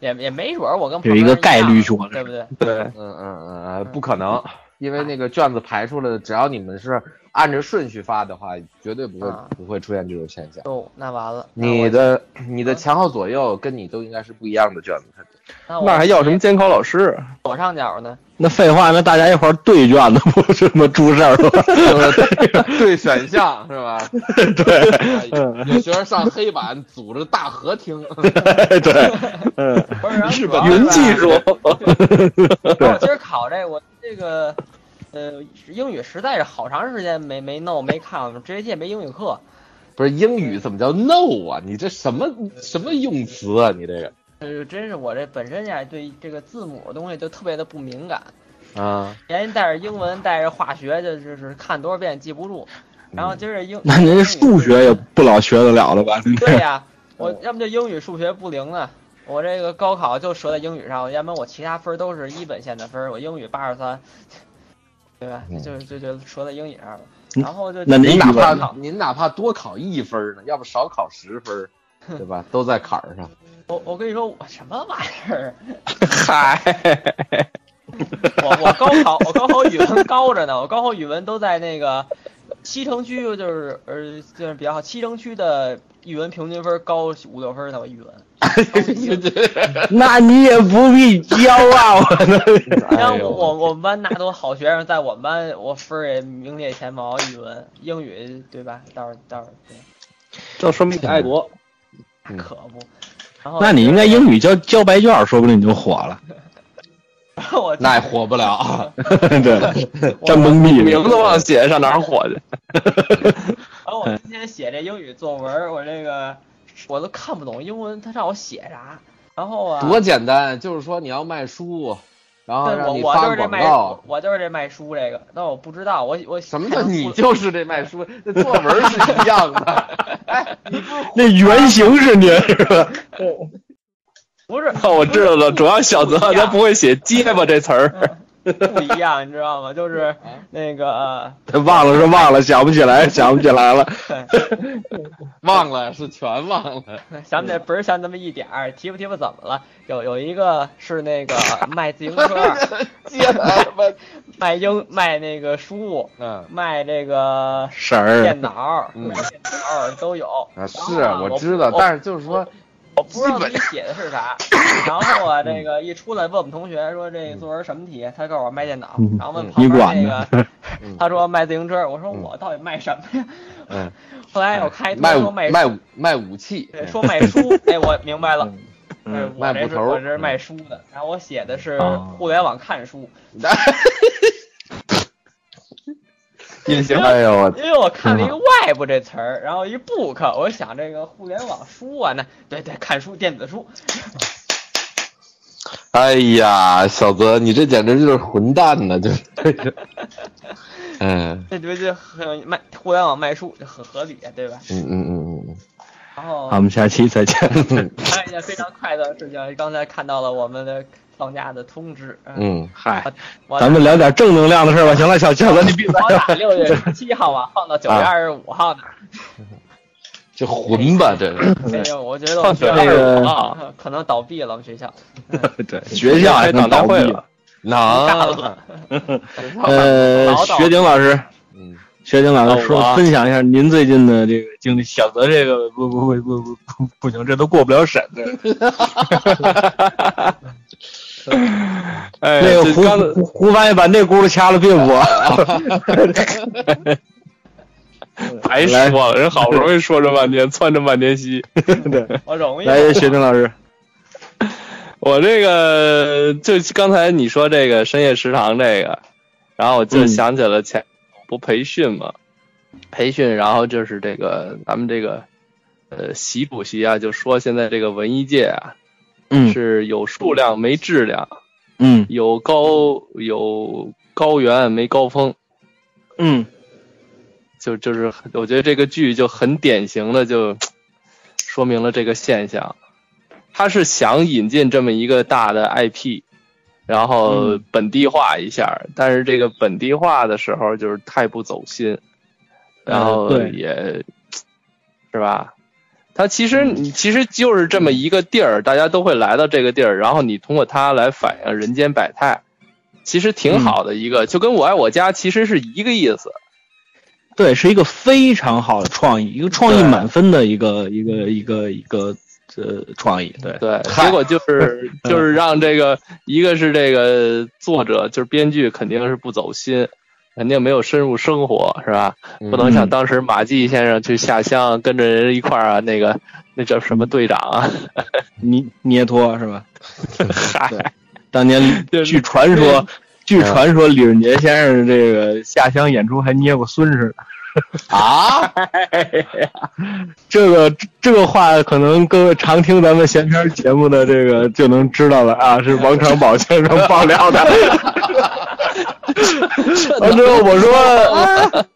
Speaker 3: 也也没准儿我跟旁
Speaker 2: 有
Speaker 3: 边
Speaker 2: 一个
Speaker 3: 样
Speaker 2: 概率说的
Speaker 3: 对不对？
Speaker 4: 对
Speaker 5: 嗯嗯嗯嗯，不可能，因为那个卷子排出来的，只要你们是按着顺序发的话，绝对不会
Speaker 3: 啊
Speaker 5: 不会出现这种现象。
Speaker 3: 哟，哦那完了，那
Speaker 5: 你
Speaker 3: 我啊
Speaker 5: 的你的前后左右跟你都应该是不一样的卷 子，
Speaker 3: 那我
Speaker 4: 那还要什么监考老师？
Speaker 3: 左上角呢？
Speaker 2: 那废话，那大家一块儿对卷子不是什么出事儿 了吗？
Speaker 5: 对选项是吧？对，有学生上黑板组织大合听，
Speaker 2: 对，嗯，
Speaker 3: 不是，然后主要是
Speaker 2: 云
Speaker 3: 吧
Speaker 2: 技术，
Speaker 3: 然后我今儿考这个，我这个呃英语实在是好长时间没没弄没看了，这学期也没英语课。
Speaker 5: 不是英语怎么叫 no 啊？你这什么什么用词啊？你这个
Speaker 3: 呃，真是我这本身呀，对这个字母东西就特别的不敏感，
Speaker 5: 啊，
Speaker 3: 连带着英文带着化学，就就是看多少遍记不住。然后今儿这 英，
Speaker 2: 那您这数学也不老学得了了吧？
Speaker 3: 对呀、我要么就英语数学不灵呢，我这个高考就折在英语上，要么我其他分儿都是一本线的分儿，我英语八十三，对吧？
Speaker 5: 嗯
Speaker 3: 就就就说到鹰眼上了，
Speaker 2: 嗯
Speaker 3: 然后就
Speaker 2: 那您
Speaker 5: 您哪
Speaker 2: 语文
Speaker 5: 怕您哪怕多考一分儿呢，要不少考十分儿，对吧？都在坎 儿上。
Speaker 3: 我我跟你说，我什么玩意儿？
Speaker 2: 嗨，
Speaker 3: 我我高考我高考语文高着呢，我高考语文都在那个西城区，就是呃就是比较好，西城区的语文平均分高五六分呢，我语文。哎
Speaker 2: 那你也不必骄傲 啊！
Speaker 3: 你看
Speaker 5: 哎呦
Speaker 3: 我我我们班那多好学生，在我们班我分儿也名列前茅，语文、英语对吧？到时到时对，
Speaker 4: 这说明你爱国。
Speaker 5: 嗯
Speaker 3: 可不。然后
Speaker 2: 那你应该英语交交白卷儿，说不定你就火了。
Speaker 3: 我
Speaker 5: 那也火不
Speaker 3: 啊
Speaker 5: 了，
Speaker 2: 对了，占
Speaker 3: 我
Speaker 2: 崩地
Speaker 4: 名字忘写，上哪儿火去？
Speaker 3: 然后
Speaker 5: 嗯
Speaker 3: 我今天写这英语作文儿，我这个我都看不懂英文，他让我写啥？然后啊，
Speaker 5: 多简单！就是说你要卖书，然后
Speaker 3: 对我
Speaker 5: 让你
Speaker 3: 我就
Speaker 5: 发
Speaker 3: 是这
Speaker 5: 广
Speaker 3: 卖
Speaker 5: 告
Speaker 3: 我。我就是这卖书这个，那我不知道，我我
Speaker 5: 什么叫你就是这卖书？那作文是一样的。哎，你不是
Speaker 2: 那原型是您是吧？
Speaker 3: 不是
Speaker 6: 我知道了，主要小泽他不会写“结巴”这词儿，
Speaker 3: 不一样，你知道吗？
Speaker 5: 啊
Speaker 3: 就是那个
Speaker 2: 忘了是忘了，想不起来，想不起来了。
Speaker 5: 忘了，是全忘了。
Speaker 3: 想不起来不是想那么一点儿，提吧提吧怎么了？有有一个是 那个卖自行车，
Speaker 5: 接来吧。
Speaker 3: 卖英卖那个书，
Speaker 5: 嗯
Speaker 3: 卖这个
Speaker 2: 婶儿
Speaker 3: 电，脑，
Speaker 5: 嗯
Speaker 3: 卖电脑都有。
Speaker 5: 啊，
Speaker 3: 然后
Speaker 5: 是
Speaker 3: 啊
Speaker 5: 我知道，
Speaker 3: 我
Speaker 5: 但是就是说，
Speaker 3: 我不知道你写的 是啥。然后啊，
Speaker 5: 嗯
Speaker 3: 这个一出来问我们同学说这作文什么题，他告诉我卖电脑
Speaker 2: 嗯，
Speaker 3: 然后问旁
Speaker 2: 你
Speaker 3: 边
Speaker 2: 管
Speaker 3: 那
Speaker 2: 呢
Speaker 3: 个，？ 他说卖自行车，我说
Speaker 5: 嗯
Speaker 3: 我到底卖什么呀？
Speaker 5: 嗯，
Speaker 3: 后来我看一
Speaker 5: 卖
Speaker 3: 同学
Speaker 5: 武
Speaker 3: 说卖
Speaker 5: 卖武卖武器，
Speaker 3: 对说卖书，哎，我明白了。哎
Speaker 2: 嗯
Speaker 3: 我
Speaker 5: 卖
Speaker 3: 这
Speaker 5: 布
Speaker 3: 是
Speaker 5: 头儿
Speaker 3: 我这是卖书的，然后我写的是
Speaker 2: 哦
Speaker 3: 互联网看书，
Speaker 5: 也行。哎呦我，
Speaker 2: 呃
Speaker 3: 因为我看了一个外部这词儿，然后一 book，我想这个互联网书啊，那对对，看书电子书，
Speaker 5: 哎呀，小泽，你这简直就是混蛋呢，就是 这个。嗯
Speaker 3: 对对对，很卖互联网卖书就很合理，对吧？
Speaker 5: 嗯嗯嗯嗯
Speaker 3: 然后
Speaker 2: 好，我们下期再见。
Speaker 3: 还有一件非常快乐的事情，刚才看到了我们的放假的通知。
Speaker 5: 嗯，嗯，
Speaker 2: 嗨，
Speaker 3: 我
Speaker 2: 咱们聊点正能量的事儿吧。行了，小小子，你闭嘴。
Speaker 3: 我打六月十七号啊，放到九月二十五号呢。
Speaker 5: 这混吧，这 个。
Speaker 2: 啊
Speaker 3: 哎呦，我觉得我 们学
Speaker 2: 那
Speaker 3: 校
Speaker 2: 个
Speaker 6: 啊，
Speaker 3: 可能倒闭了，我们学校
Speaker 2: 对，学校还
Speaker 6: 开
Speaker 2: 能
Speaker 6: 党大
Speaker 2: 倒闭
Speaker 6: 会了。。
Speaker 5: 那
Speaker 2: 呃，学鼎老师，
Speaker 5: 嗯，
Speaker 2: 学鼎老师
Speaker 6: 啊我
Speaker 2: 说
Speaker 6: 啊
Speaker 2: 分享一下您最近的这个经历。小泽这个不不不不不不不行，这都过不了审。 这
Speaker 6: 哎，
Speaker 2: 那个
Speaker 6: 这
Speaker 2: 胡
Speaker 6: 刚
Speaker 2: 胡胡翻译把那轱辘掐了，并 我。
Speaker 6: 白说了，人好不容易说这 半天，窜这半天稀。
Speaker 3: 我容易吗
Speaker 6: 哎
Speaker 2: 来，学鼎老师，
Speaker 6: 我这个就刚才你说这个深夜食堂这个，然后我就
Speaker 2: 嗯
Speaker 6: 想起了前、不培训嘛，培训，然后就是这个咱们这个呃习主席啊，就说现在这个文艺界啊、
Speaker 2: 嗯
Speaker 6: 是有数量没质量，
Speaker 2: 嗯
Speaker 6: 有高有高原没高峰，
Speaker 2: 嗯，
Speaker 6: 就就是很我觉得这个剧就很典型的就说明了这个现象，他是想引进这么一个大的 IP，然后本地化一下，但是这个本地化的时候就是太不走心，然后
Speaker 2: 对
Speaker 6: 也、是吧？他其实你其实就是这么一个地儿，大家都会来到这个地儿，然后你通过它来反映人间百态，其实挺好的一个，就跟我爱我家其实是一个意思。
Speaker 2: 对，是一个非常好的创意，一个创意
Speaker 6: 对
Speaker 2: 满分的一个一个一个一个呃创意。对，
Speaker 6: 对，
Speaker 5: 嗨
Speaker 6: 结果就是就是让这个，一个是这个作者就是编剧肯定是不走心，肯定没有深入生活，是吧？不能像当时马季先生去下乡跟着人一块儿啊，那个那叫什么队长啊，
Speaker 2: 尼涅托是吧？
Speaker 6: 嗨，
Speaker 2: 当年
Speaker 6: 就是
Speaker 2: 据传说，据传说李润杰先生这个下乡演出还捏过孙似的。
Speaker 5: 啊，
Speaker 2: 这个这个话，可能各位常听咱们闲篇节目的这个就能知道了啊，是王长宝先生爆料的。完之后我说，啊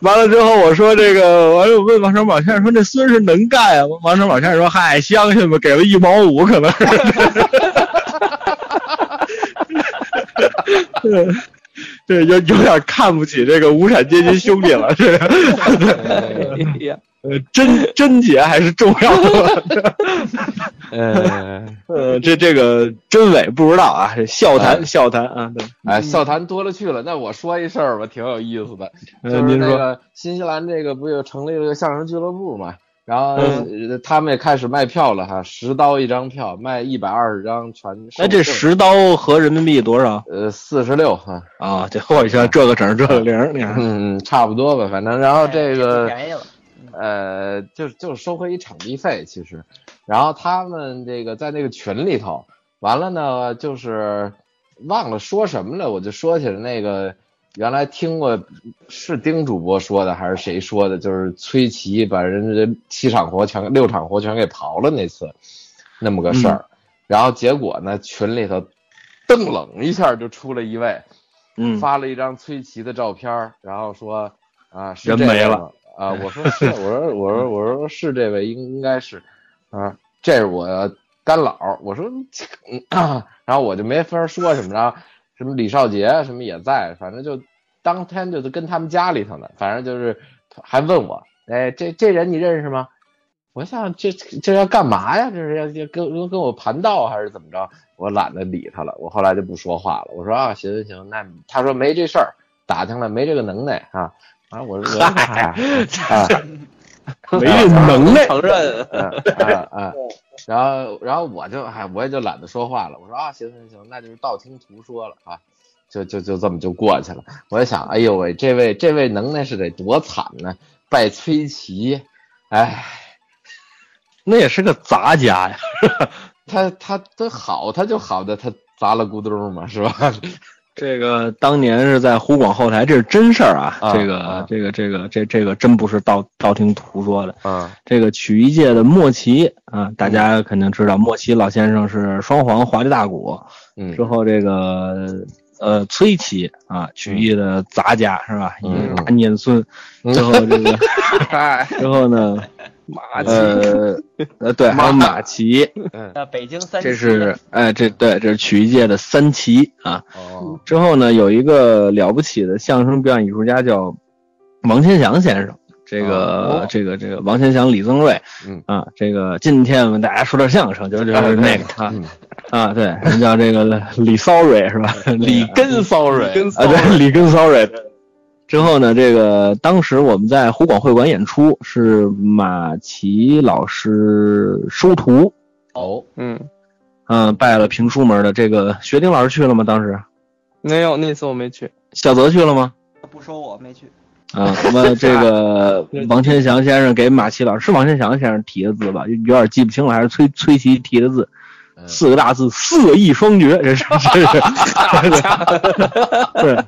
Speaker 2: 完了之后我说这个，完了我问王长宝先生说这孙是能干啊？王长宝先生说嗨，乡亲们给了一毛五，可能是。 对，有有点看不起这个无产阶级兄弟 了，这个
Speaker 6: 哎呀，
Speaker 2: 呃贞贞洁还是重要 的。
Speaker 5: 嗯，
Speaker 2: 呃，这这个真伪不知道啊，这笑谈、
Speaker 5: 哎
Speaker 2: 笑谈啊，对，
Speaker 5: 哎，笑谈多了去了。那我说一事儿吧，挺有意思的，
Speaker 2: 呃
Speaker 5: 就是
Speaker 2: 您
Speaker 5: 那
Speaker 2: 说
Speaker 5: 个新西兰这个不就成立了个相声俱乐部嘛？然后、
Speaker 2: 嗯
Speaker 5: 呃他们也开始卖票了哈，十刀一张票，卖一百二十张全售罄。
Speaker 2: 哎，这十刀合人民币多少
Speaker 5: 呃四十六哈，
Speaker 2: 啊？这嚯一下，这个整这个零，你看，
Speaker 5: 啊嗯，差不多吧，反正然后这个
Speaker 3: 哎便宜了，
Speaker 5: 呃，就是就是收回一场地费，其实，然后他们这个在那个群里头，完了呢，就是忘了说什么了，我就说起了那个原来听过是丁主播说的还是谁说的，就是崔琦把人家七场活全六场活全给刨了那次，那么个事儿，然后结果呢，群里头噔冷一下就出了一位，
Speaker 2: 嗯，
Speaker 5: 发了一张崔琦的照片儿，然后说啊，是
Speaker 2: 人
Speaker 5: 这位
Speaker 2: 没了
Speaker 5: 吗啊！ 我说是，我说我说我说是这位，应应该是啊，这是我干老儿，我说， 嗯啊然后我就没法儿说什么，然后什么李少杰什么也在，反正就当天就是跟他们家里头呢，反正就是还问我，哎，这这人你认识吗？我想这这要干嘛呀？这是要要跟跟我盘道还是怎么着？我懒得理他了，我后来就不说话了。我说啊，行行行，那他说没这事儿，打听了没这个能耐啊。啊，我说嗨，啊，
Speaker 2: 没这能耐，
Speaker 6: 承认
Speaker 5: 嗯啊啊，然后然后我就哎，我也就懒得说话了。我说啊，行行行，那就是道听途说了啊，就就就这么就过去了。我就想，哎呦喂，这位这位能耐是得多惨呢，拜崔琦，哎，
Speaker 2: 那也是个杂家呀。
Speaker 5: 他他他好，他就好的他砸了咕咚嘛，是吧？
Speaker 2: 这个当年是在湖广后台，这是真事儿啊！
Speaker 5: 啊
Speaker 2: 这个、
Speaker 5: 啊
Speaker 2: 这个这个这这个真不是道道听途说的。
Speaker 5: 嗯
Speaker 2: 这个曲艺界的莫奇啊，大家肯定知道，莫奇老先生是双簧华丽大鼓，
Speaker 5: 嗯
Speaker 2: 之后这个呃崔琦啊，曲艺的杂家是吧？
Speaker 5: 嗯
Speaker 2: 一个大念孙，之后这个之后呢，
Speaker 6: 马奇，
Speaker 2: 呃呃对，还有马奇，
Speaker 5: 嗯
Speaker 3: 那呃北京三
Speaker 2: 这
Speaker 3: 期
Speaker 2: 是哎这对这是曲艺界的三奇啊。
Speaker 5: 哦
Speaker 2: 之后呢，有一个了不起的相声表演艺术家叫王千祥先生。这个、
Speaker 5: 哦
Speaker 2: 这个这个王千祥、李增瑞，
Speaker 5: 嗯
Speaker 2: 啊，这个今天我们大家说点相声，就就是那个啊
Speaker 5: 嗯
Speaker 2: 啊，对，人叫这个李骚瑞是吧？李
Speaker 5: 根骚蕊，
Speaker 6: 跟
Speaker 2: 啊，对，李根 sorry。之后呢，这个当时我们在湖广会馆演出，是马奇老师收徒，
Speaker 5: 哦，
Speaker 6: 嗯，
Speaker 2: 嗯、拜了评书门的。这个学丁老师去了吗？当时
Speaker 6: 没有那次我没去，
Speaker 2: 小泽去了吗？
Speaker 3: 不说我没去，
Speaker 2: 啊，我们这个王千祥先生给马奇老师是王千祥先生提的字吧？有有点记不清了，还是崔崔琦提的字？
Speaker 5: 嗯
Speaker 2: 四个大字，色艺双绝，这是这是， 对。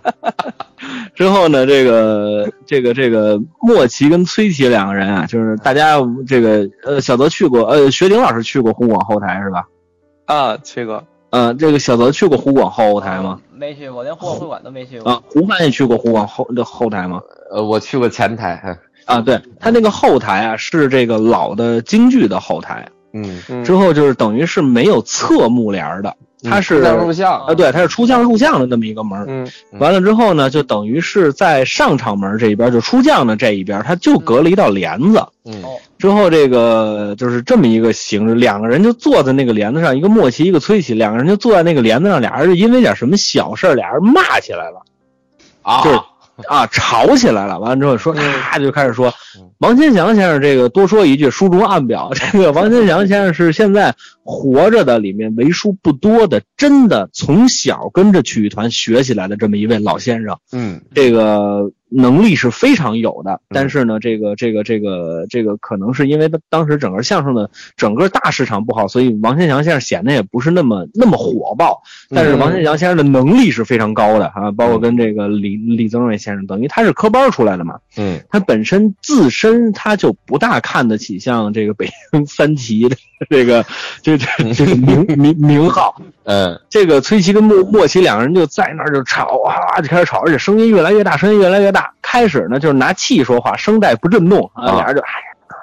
Speaker 2: 之后呢，这个这个这个莫奇跟崔琦两个人啊，就是大家这个呃，小泽去过，呃，学鼎老师去过湖广后台是吧？
Speaker 6: 啊，去过，
Speaker 2: 呃，这个小泽去过湖广后台吗？
Speaker 3: 啊没去，我连户外会馆都没去过。
Speaker 2: 啊，胡帆也去过湖广后的后台吗？
Speaker 5: 呃，我去过前台，
Speaker 2: 啊，对，他那个后台啊，是这个老的京剧的后台，
Speaker 5: 嗯，
Speaker 6: 嗯
Speaker 2: 之后就是等于是没有侧幕帘儿的，它是、
Speaker 5: 在嗯录像，
Speaker 2: 啊，对，它是出将入将的那么一个门儿。
Speaker 6: 嗯
Speaker 2: 完了之后呢，就等于是在上场门这一边，就出将的这一边，它就隔了一道帘子。
Speaker 5: 嗯
Speaker 3: 哦，
Speaker 2: 之后这个就是这么一个形式，两个人就坐在那个帘子上，一个莫奇，一个崔琦，两个人就坐在那个帘子上，俩人就因为点什么小事儿，俩人骂起来了。
Speaker 5: 啊，
Speaker 2: 就是啊，吵起来了。完了之后说，他就开始说，王千祥先生这个多说一句，书中暗表，这个王千祥先生是现在活着的里面为数不多的，真的从小跟着曲艺团学起来的这么一位老先生，
Speaker 5: 嗯
Speaker 2: 这个能力是非常有的。但是呢，这个这个这个这个可能是因为他当时整个相声的整个大市场不好，所以王千祥先生显得也不是那么那么火爆。但是王千祥先生的能力是非常高的啊，包括跟这个李李增瑞先生，等于他是科班出来的嘛，
Speaker 5: 嗯
Speaker 2: 他本身自身他就不大看得起像这个北京三奇的这个这这这个名名名号。
Speaker 5: 嗯
Speaker 2: 这个崔琦跟莫莫奇两个人就在那儿就吵啊，就开始吵，而且声音越来越大，声音越来越大。开始呢就是拿气说话，声带不震动啊，
Speaker 5: 啊
Speaker 2: 俩人就哎呀，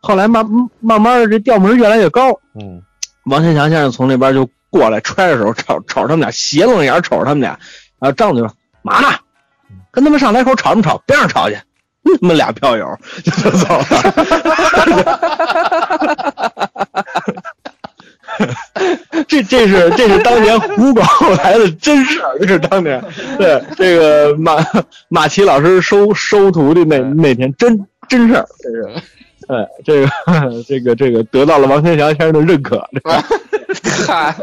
Speaker 2: 后来慢慢慢的这调门越来越高，
Speaker 5: 嗯
Speaker 2: 王千啊祥先生从那边就过来，揣着手瞅瞅他们俩，斜楞眼瞅着他们俩，然后张嘴就说：“嘛呢？跟他们上台口吵什么吵？边上吵去。嗯他们俩票友就走了，这这是这是当年胡搞来的真事儿，这是当年对这个马马奇老师收收徒弟那那天真真事儿，这是对这个这个这个得到了王千祥先生的认可，这个
Speaker 6: 嗨，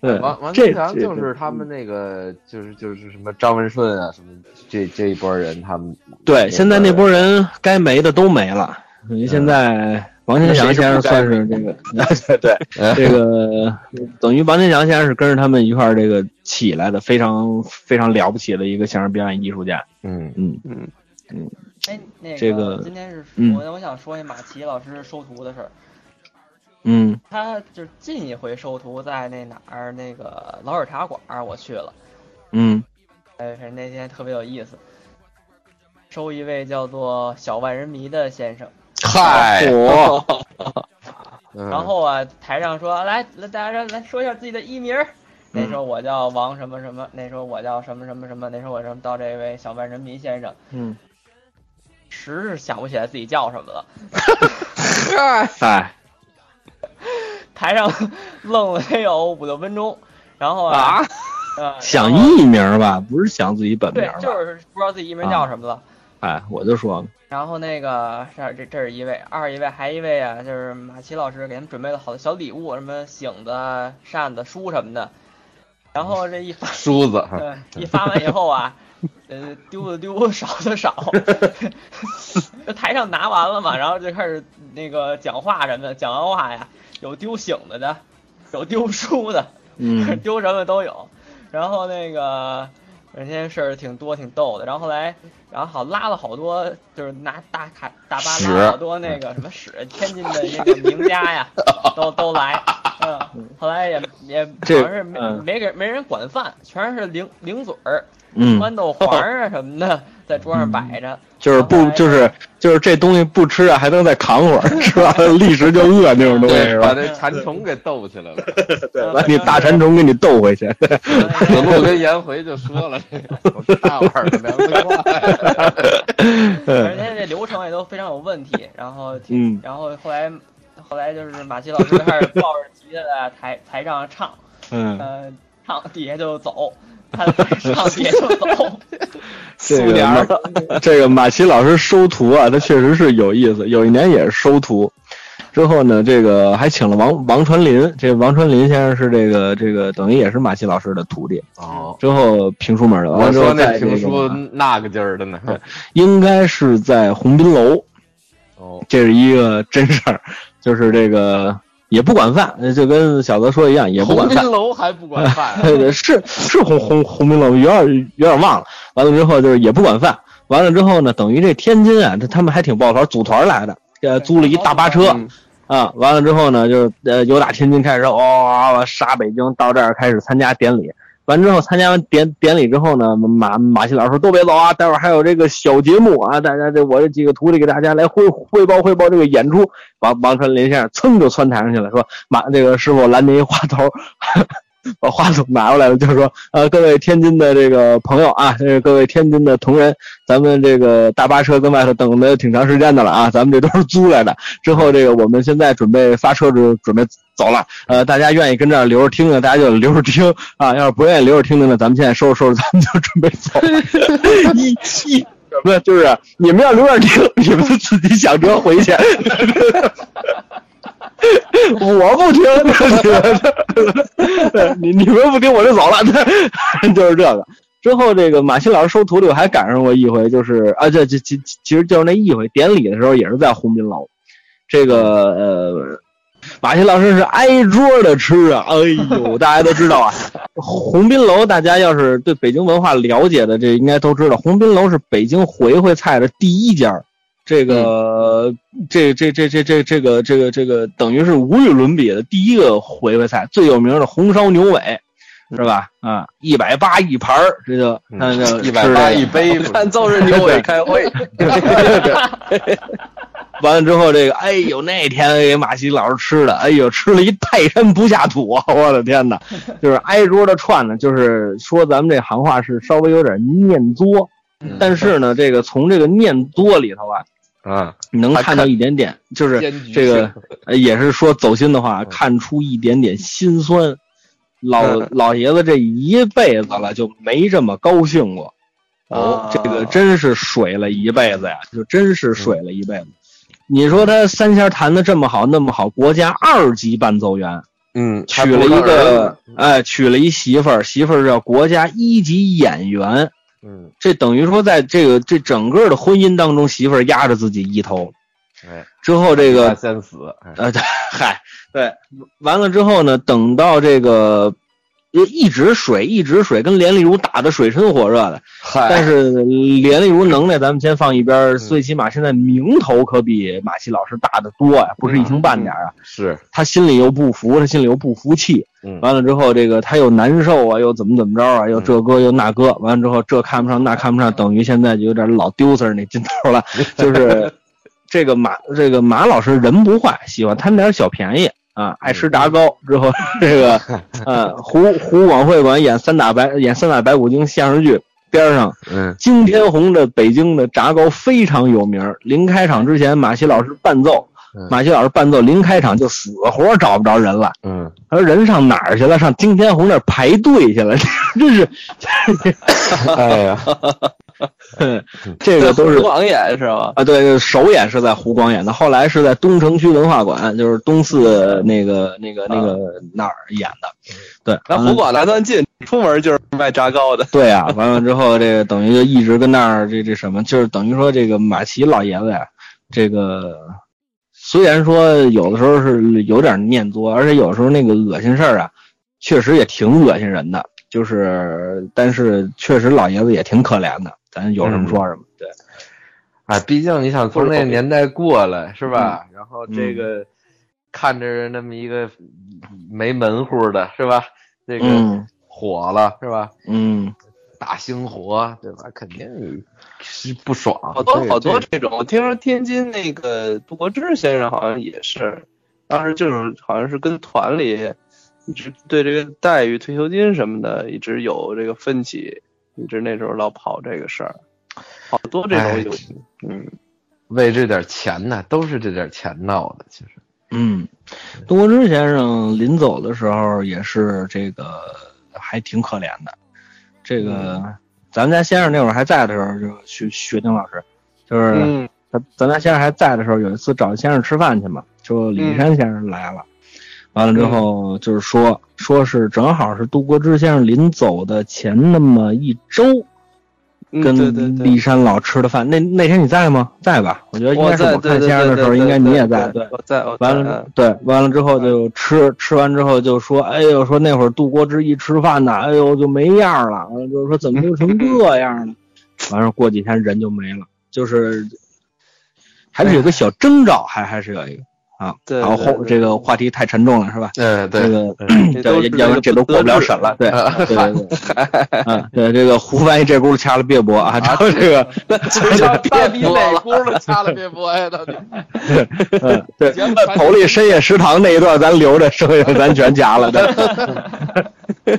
Speaker 2: 对
Speaker 5: 王王
Speaker 2: 这
Speaker 5: 金强
Speaker 2: 这
Speaker 5: 就是他们那个，就是就是什么张文顺啊，什么这这一波人，他 们
Speaker 2: 对，现在那波人该没的都没了，等于现在王金祥先生算嗯是这个，对 对，
Speaker 5: 哎
Speaker 2: 这个等于王金祥先生是跟着他们一块儿这个起来的，非常非常了不起的一个相声表演艺术家。
Speaker 5: 嗯
Speaker 2: 嗯，
Speaker 3: 哎，那个、
Speaker 2: 这个
Speaker 3: 今天是
Speaker 2: 嗯
Speaker 3: 我、我想说一马奇老师收徒的事儿，
Speaker 2: 嗯
Speaker 3: 他就是近一回收徒在那哪儿那个老尔茶馆儿我去了，
Speaker 2: 嗯
Speaker 3: 但是那天特别有意思，收一位叫做小万人迷的先生，
Speaker 5: 嗨，
Speaker 2: 我
Speaker 5: 嗯
Speaker 3: 然后啊台上说来来大家来说一下自己的艺名儿。那时候我叫王什么什么，那时候我叫什么什么什么，那时候我什么到这位小万人迷先生，
Speaker 2: 嗯，
Speaker 3: 实是想不起来自己叫什么了。
Speaker 2: 哎，
Speaker 3: 台上愣了得有五六分钟，然后啊，呃
Speaker 2: 想
Speaker 3: 然后
Speaker 2: 艺名吧，不是想自己本名啊吧？，
Speaker 3: 对就是不知道自己艺名叫什么了。
Speaker 2: 哎，我就说
Speaker 3: 然后那个这儿这这是一位，二一位还一位啊，就是马奇老师给他们准备了好多小礼物，什么醒子、扇子、书什么的。然后这一发，
Speaker 5: 梳子，
Speaker 3: 呃、一发完以后啊，呃，丢的丢，少的少，就台上拿完了嘛，然后就开始那个讲话什么的，讲完话呀，有丢醒子的，有丢书的，
Speaker 2: 嗯
Speaker 3: 丢什么都有。然后那个这些事儿挺多，挺逗的。然后后来，然后好拉了好多，就是拿大卡大巴
Speaker 5: 屎
Speaker 3: 拉了好多那个什么屎，天津的那个名 家呀，都都来。嗯，后来也也
Speaker 2: 这
Speaker 3: 好像是没
Speaker 2: 嗯
Speaker 3: 没给没人管饭，全是零零嘴儿、
Speaker 2: 嗯，
Speaker 3: 豌豆黄儿啊什么的在桌上摆着。
Speaker 2: 就是不就是就是这东西不吃啊，还能再扛会儿， 吃完了立时就饿那种东西是
Speaker 5: 把
Speaker 2: 吧？
Speaker 5: 那馋虫给逗起来了。
Speaker 3: 对
Speaker 2: 把你大馋虫给你逗回去。
Speaker 3: 呃
Speaker 5: 子路跟 颜回就说了，这个我大碗儿的凉子挂，
Speaker 3: 而且这流程也都非常有问题，然后挺，
Speaker 2: 嗯
Speaker 3: 然后后来后来就是马奇老师开始抱着吉他在台台上唱，
Speaker 2: 嗯。
Speaker 3: 呃，唱底下就走，他唱底下就走，
Speaker 2: 这个马 这个马奇老师收徒啊，他确实是有意思。有一年也是收徒，之后呢，这个还请了王王传林，这王传林先生是这个这个等于也是马奇老师的徒 弟。
Speaker 5: 哦，
Speaker 2: 之后评书门了，完
Speaker 5: 我
Speaker 2: 了之后
Speaker 5: 说那
Speaker 2: 在这
Speaker 5: 评书
Speaker 2: 个
Speaker 5: 那个劲儿的呢，
Speaker 2: 应该是在鸿宾楼，
Speaker 5: 哦，
Speaker 2: 这是一个真事儿，就是这个也不管饭，呃就跟小泽说一样，也不管
Speaker 5: 鸿宾
Speaker 2: 饭。
Speaker 5: 楼还不管饭，
Speaker 2: 对对，是是红红红冰楼，有点有点忘了。完了之后就是也不管饭，完了之后呢，等于这天津啊，他他们还挺抱团，组团来的，呃，租了一大巴车
Speaker 6: 嗯
Speaker 2: 啊。完了之后呢，就是呃，由打天津开始，哇哇哇杀北京，到这儿开始参加典礼。完之后参加完典典礼之后呢，马马戏老师说都别走啊，待会儿还有这个小节目啊，大家这我这几个徒弟给大家来汇汇报汇报这个演出。王王传林先生噌就窜台上去了，说马这个师傅拦您一话头， 把话筒拿过来了，就说：“呃，各位天津的这个朋友啊，这个各位天津的同仁，咱们这个大巴车跟外头等的挺长时间的了啊，咱们这都是租来的。之后这个我们现在准备发车，就准备走了。呃，大家愿意跟这儿留着听的，大家就留着听啊；要是不愿意留着听的呢，咱们现在收拾收拾，咱们就准备走了。 一一什么就是啊你们要留着听，你们自己想辙回去。”我不听， 你你们不听我就走了， 就是这个。之后这个马新老师收徒弟，我还赶上过一回，就是啊，这这其其实就是那一回典礼的时候，也是在鸿宾楼。这个呃，马新老师是挨桌的吃啊，哎呦，大家都知道啊，鸿宾楼，大家要是对北京文化了解的，这应该都知道，鸿宾楼是北京回回菜的第一家儿。这个、这这这这这这个这个这个，等于是无与伦比的第一个回回菜，最有名的红烧牛尾，是吧？啊，一百八一盘儿，这就那就
Speaker 5: 一百八一杯，
Speaker 6: 看都是牛尾开会，
Speaker 2: 完了之后，这个哎呦，那天给马西老师吃的，哎呦，吃了一泰山不下土啊！ 我的天哪，就是挨桌的串呢，就是说咱们这行话是稍微有点念作，
Speaker 5: 嗯
Speaker 2: 但是呢，这个从这个念作里头啊，
Speaker 5: 啊，
Speaker 2: 你能看到一点点，就是
Speaker 5: 艰巨
Speaker 2: 这个呃也是说走心的话，看出一点点心酸。老
Speaker 4: 嗯
Speaker 2: 老爷子这一辈子了，就没这么高兴过。
Speaker 4: 哦
Speaker 2: 这个真是水了一辈子呀，就真是水了一辈子。你说他三弦弹的这么好，那么好，国家二级伴奏员，
Speaker 5: 嗯，
Speaker 2: 娶了一个，哎，娶了一媳妇儿，媳妇儿叫国家一级演员，
Speaker 5: 嗯，
Speaker 2: 这等于说在这个这整个的婚姻当中，媳妇儿压着自己一头。
Speaker 5: 哎，
Speaker 2: 之后这个
Speaker 5: 先死，哎
Speaker 2: 呃，对，嗨，对，完了之后呢，等到这个呃一直水一直水，跟连丽如打得水深火热的，但
Speaker 5: 嗨，
Speaker 2: 是连丽如能耐咱们先放一边儿，最起码现在名头可比马西老师大得多呀，不是一星半点儿啊。
Speaker 5: 是，
Speaker 2: 他心里又不服，他心里又不服气，
Speaker 5: 嗯
Speaker 2: 完了之后这个他又难受啊，又怎么怎么着啊，又这哥又那哥，完了之后这看不上那看不上，等于现在就有点老丢丝儿那劲头了，就是这个马这个马老师人不坏，喜欢贪点小便宜。啊，爱吃炸糕之后，这个，呃，胡胡广会馆演三打白演三打白骨精相声剧，边上
Speaker 5: 嗯
Speaker 2: 金天红的北京的炸糕非常有名儿。临开场之前，马西老师伴奏
Speaker 5: 嗯，
Speaker 2: 马西老师伴奏，临开场就死活找不着人了。
Speaker 5: 嗯，
Speaker 2: 他说人上哪儿去了？上金天红那儿排队去了。 真是
Speaker 5: 哎呀，
Speaker 2: 这个 都是
Speaker 6: 网演是吧？
Speaker 2: 啊，对，对首演是在湖广演的，后来是在东城区文化馆，就是东四那个那个那个那儿演的。对，
Speaker 6: 那湖广还算近，出门就是卖炸糕的。
Speaker 2: 对啊， 完了之后，这个等于就一直跟那儿这这什么，就是等于说这个马奇老爷子呀，这个虽然说有的时候是有点念作，而且有时候那个恶心事儿啊，确实也挺恶心人的，就是但是确实老爷子也挺可怜的，咱有
Speaker 5: 嗯
Speaker 2: 什么说什么，对，
Speaker 5: 啊，毕竟你想从那年代过来是吧？然后这个看着那么一个没门户的是吧？这个
Speaker 2: 嗯
Speaker 5: 火了是吧？
Speaker 2: 嗯，
Speaker 5: 大兴火对吧？肯定是不爽，
Speaker 6: 好多
Speaker 5: 这
Speaker 6: 好多
Speaker 5: 这
Speaker 6: 这种，我听说天津那个杜国志先生好像也是，当时就是好像是跟团里一直对这个待遇、退休金什么的一直有这个分歧，一直那时候老跑这个事儿，好多这
Speaker 5: 哎
Speaker 6: 种有，嗯，
Speaker 5: 为这点钱呢，都是这点钱闹的，其实，
Speaker 2: 嗯，杜国之先生临走的时候也是这个还挺可怜的。这个、
Speaker 6: 嗯
Speaker 2: 咱们家先生那会儿还在的时候，就徐徐静老师，就是、
Speaker 6: 嗯
Speaker 2: 咱咱家先生还在的时候，有一次找先生吃饭去嘛，就李
Speaker 6: 嗯
Speaker 2: 立山先生来了。完了之后，就是说，说是正好是杜国之先生临走的前那么一周，
Speaker 6: 嗯对对
Speaker 2: 跟立
Speaker 6: 对，
Speaker 2: 山老吃的饭。那那天你在吗？在吧？我觉得应
Speaker 6: 我
Speaker 2: 该是
Speaker 6: 在
Speaker 2: 我
Speaker 6: 对
Speaker 2: 看
Speaker 6: 对
Speaker 2: 先生
Speaker 6: 对
Speaker 2: 的时候，
Speaker 6: 对，
Speaker 2: 应该你也
Speaker 6: 对
Speaker 2: 在。
Speaker 6: 对我在我在
Speaker 2: 完了之，对，完了之
Speaker 6: 嗯
Speaker 2: 后就吃，吃完之后就说，哎呦，说那会儿杜国之一吃饭呢，哎呦就没样儿了，完了就说怎么就 成这样了，完了过几天人就没了，就是还是有个小征兆，还还是有一个啊。
Speaker 6: 对
Speaker 2: 然后
Speaker 6: 对
Speaker 2: 后
Speaker 6: 对
Speaker 2: 这个话题太沉重了，是吧？
Speaker 5: 嗯，
Speaker 2: 这
Speaker 5: 对，
Speaker 2: 个
Speaker 6: 这
Speaker 2: 这
Speaker 6: 都
Speaker 2: 要
Speaker 6: 是
Speaker 2: 要不然这都过不了审 了， 对
Speaker 5: 啊
Speaker 2: 对对对，嗯，对这个胡翻译这轱辘掐了别播啊，然后这 个
Speaker 5: 别比哪轱辘掐 了别播呀，到底
Speaker 2: 嗯，对，头里深夜食堂那一段咱留着，剩下咱全夹 了。对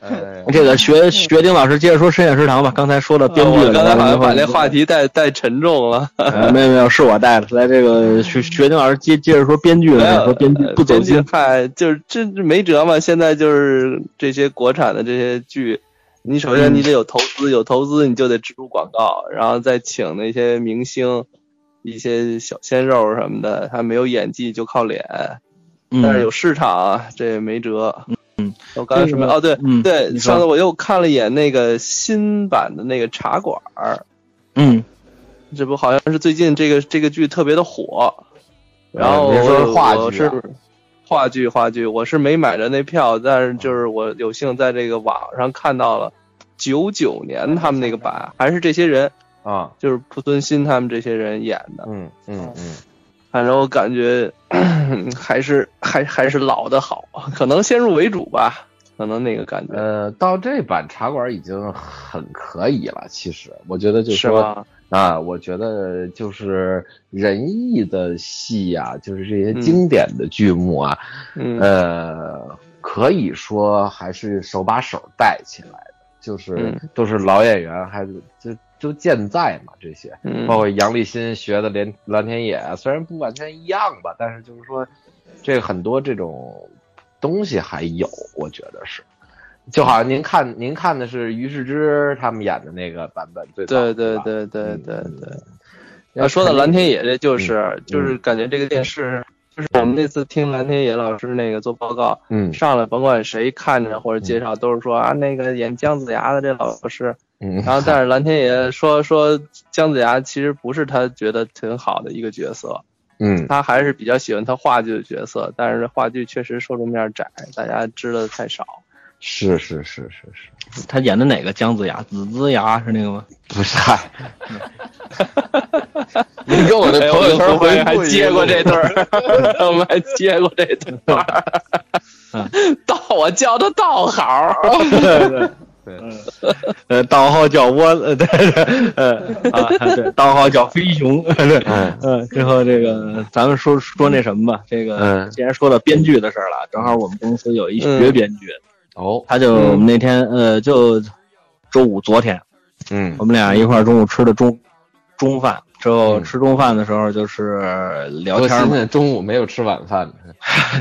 Speaker 5: 哎呀
Speaker 2: 这个学学丁老师接着说深夜食堂吧，刚才说到编剧
Speaker 6: 我
Speaker 2: 了，
Speaker 6: 刚才好像把
Speaker 2: 这
Speaker 6: 这话题带带沉重了，
Speaker 2: 没有没有是我带的。来，这个学学丁老师接接着说编剧
Speaker 6: 没
Speaker 2: 了，
Speaker 6: 有呃
Speaker 2: 说编剧不走心
Speaker 6: 编剧嗨，就是这这没辙嘛。现在就是这些国产的这些剧，你首
Speaker 2: 嗯
Speaker 6: 先你得有投资，有投资你就得植入广告，然后再请那些明星、一些小鲜肉什么的，他没有演技就靠脸，但是有市场啊这也没辙。
Speaker 2: 嗯，
Speaker 6: 我刚才什
Speaker 2: 这
Speaker 6: 么？
Speaker 2: 个
Speaker 6: 哦，对
Speaker 2: 嗯
Speaker 6: 对，
Speaker 2: 你说
Speaker 6: 上次我又看了一眼那个新版的那个茶馆儿，
Speaker 2: 嗯
Speaker 6: 这不好像是最近这个这个剧特别的火，然后
Speaker 5: 呃您说是话
Speaker 6: 我
Speaker 5: 剧啊
Speaker 6: 是话剧话剧，我是没买着那票，但是就是我有幸在这个网上看到了九九年他们那个版，还是这些人，
Speaker 5: 啊，
Speaker 6: 就是濮存昕他们这些人演的，
Speaker 5: 嗯嗯嗯，
Speaker 6: 反正我感觉 还是还还是老的好，啊可能先入为主吧，可能那个感
Speaker 5: 嗯
Speaker 6: 觉
Speaker 5: 呃，到这版茶馆已经很可以了，其实我觉得就是说
Speaker 6: 吧？
Speaker 5: 啊，我觉得就是仁义的戏呀、就是这些经典的剧目啊，
Speaker 6: 嗯
Speaker 5: 呃，可以说还是手把手带起来的，就是
Speaker 6: 嗯
Speaker 5: 都是老演员，还就都健在嘛，这些包
Speaker 6: 嗯
Speaker 5: 括杨立新学的连蓝天野，虽然不完全一样吧，但是就是说，这个很多这种东西还有，我觉得是。就好像您看，您看的是于世之他们演的那个版本，最早
Speaker 6: 对对
Speaker 5: 吧
Speaker 6: 对对
Speaker 5: 嗯
Speaker 6: 对
Speaker 5: 嗯
Speaker 6: 对。要说到蓝天野，这就是就
Speaker 5: 嗯
Speaker 6: 是感觉这个电视，就是我们那次听蓝天野老师那个做报告，
Speaker 5: 嗯
Speaker 6: 上来甭管谁看着或者
Speaker 2: 嗯
Speaker 6: 介绍，都是说啊那个演姜子牙的这老 师，
Speaker 5: 嗯，
Speaker 6: 然后但是蓝天野说说姜子牙其实不是他觉得挺好的一个角色，
Speaker 5: 嗯
Speaker 6: 他还是比较喜欢他话剧的角色，但是话剧确实受众面窄，大家知道的太少。
Speaker 5: 是是是是是，
Speaker 2: 他演的哪个姜子牙？子子牙是那 个吗？
Speaker 5: 不是？嗨
Speaker 2: 哎
Speaker 5: 你给 我的朋友圈回
Speaker 6: 还
Speaker 5: 顾一
Speaker 6: 接过
Speaker 5: 下
Speaker 6: 这对儿，我们还接过这对儿
Speaker 2: 嗯，
Speaker 6: 道我叫他道好儿，
Speaker 2: 呃，道号叫窝，呃，对，呃啊，对，道号叫飞熊， 对，
Speaker 5: 嗯
Speaker 2: 嗯，最后这个咱们说说那什么吧，这个
Speaker 5: 嗯
Speaker 2: 既然说到编剧的事儿了，正好我们公司有一学编剧，
Speaker 5: 哦，
Speaker 2: 他就我们那天呃就周五昨天，
Speaker 5: 嗯
Speaker 2: 我们俩一块儿中午吃的中中饭，之后
Speaker 5: 嗯
Speaker 2: 吃中饭的时候就是聊
Speaker 5: 我
Speaker 2: 天
Speaker 5: 现
Speaker 2: 嘛，
Speaker 5: 在中午没有吃晚饭呢，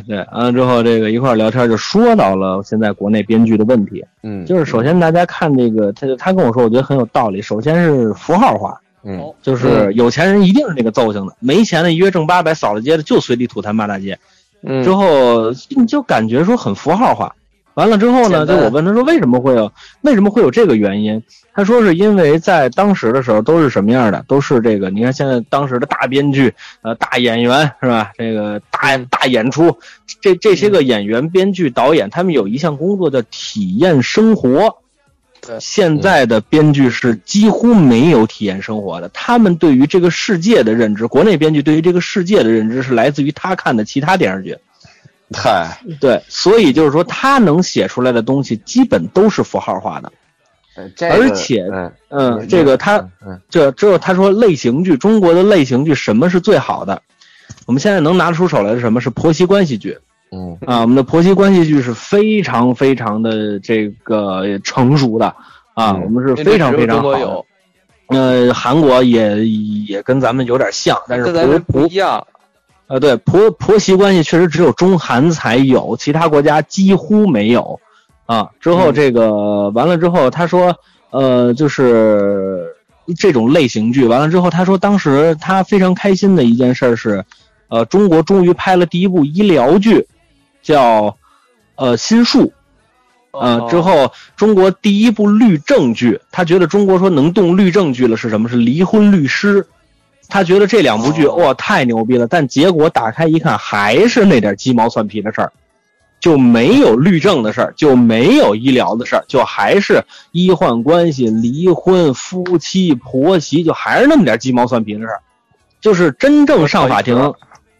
Speaker 2: 对，完了之后这个一块儿聊天就说到了现在国内编剧的问题，
Speaker 5: 嗯，
Speaker 2: 就是首先大家看这个，他他跟我说，我觉得很有道理，首先是符号化。
Speaker 5: 嗯
Speaker 2: 就是有钱人一定是那个揍性的，没钱的一月挣八百，扫了街的就随地吐痰骂大街。
Speaker 6: 嗯
Speaker 2: 之后就就感觉说很符号化。完了之后呢，
Speaker 6: 简
Speaker 2: 就
Speaker 6: 单
Speaker 2: 我问他说为什么会有为什么会有这个原因？他说是因为在当时的时候都是什么样的？都是这个，你看现在当时的大编剧，呃，大演员是吧？这个大大演出，这这些个演员、编剧、导演，他们有一项工作叫体验生活。
Speaker 6: 对
Speaker 2: 现在的编剧是几乎没有体验生活的，他们对于这个世界的认知，国内编剧对于这个世界的认知是来自于他看的其他电视剧。
Speaker 5: 嗨，
Speaker 2: 对，所以就是说，他能写出来的东西基本都是符号化的。
Speaker 5: 呃这个
Speaker 2: 而且
Speaker 5: 嗯
Speaker 2: 嗯，
Speaker 5: 嗯
Speaker 2: 这个他
Speaker 5: 嗯
Speaker 2: 这只有他说类型剧，中国的类型剧什么是最好的？我们现在能拿得出手来的什么是婆媳关系剧
Speaker 5: 嗯
Speaker 2: 啊？我们的婆媳关系剧是非常非常的这个成熟的啊，
Speaker 5: 嗯
Speaker 2: 我 们是非常非常好
Speaker 6: 中国
Speaker 2: 的
Speaker 6: 有。，
Speaker 2: 呃，韩国也也跟咱们有点像，但是
Speaker 6: 跟咱
Speaker 2: 不
Speaker 6: 们
Speaker 2: 不
Speaker 6: 不一样。
Speaker 2: 呃，对，婆婆媳关系确实只有中韩才有，其他国家几乎没有。啊，之后这个、完了之后，他说，呃，就是这种类型剧完了之后，他说当时他非常开心的一件事儿是，呃，中国终于拍了第一部医疗剧，叫呃《心术》。呃，之后中国第一部律政剧，他觉得中国说能动律政剧了是什么？是离婚律师。他觉得这两部剧哇、太牛逼了，但结果打开一看还是那点鸡毛蒜皮的事儿，就没有律政的事儿，就没有医疗的事儿，就还是医患关系、离婚、夫妻、婆媳，就还是那么点鸡毛蒜皮的事儿。就是真正上法庭，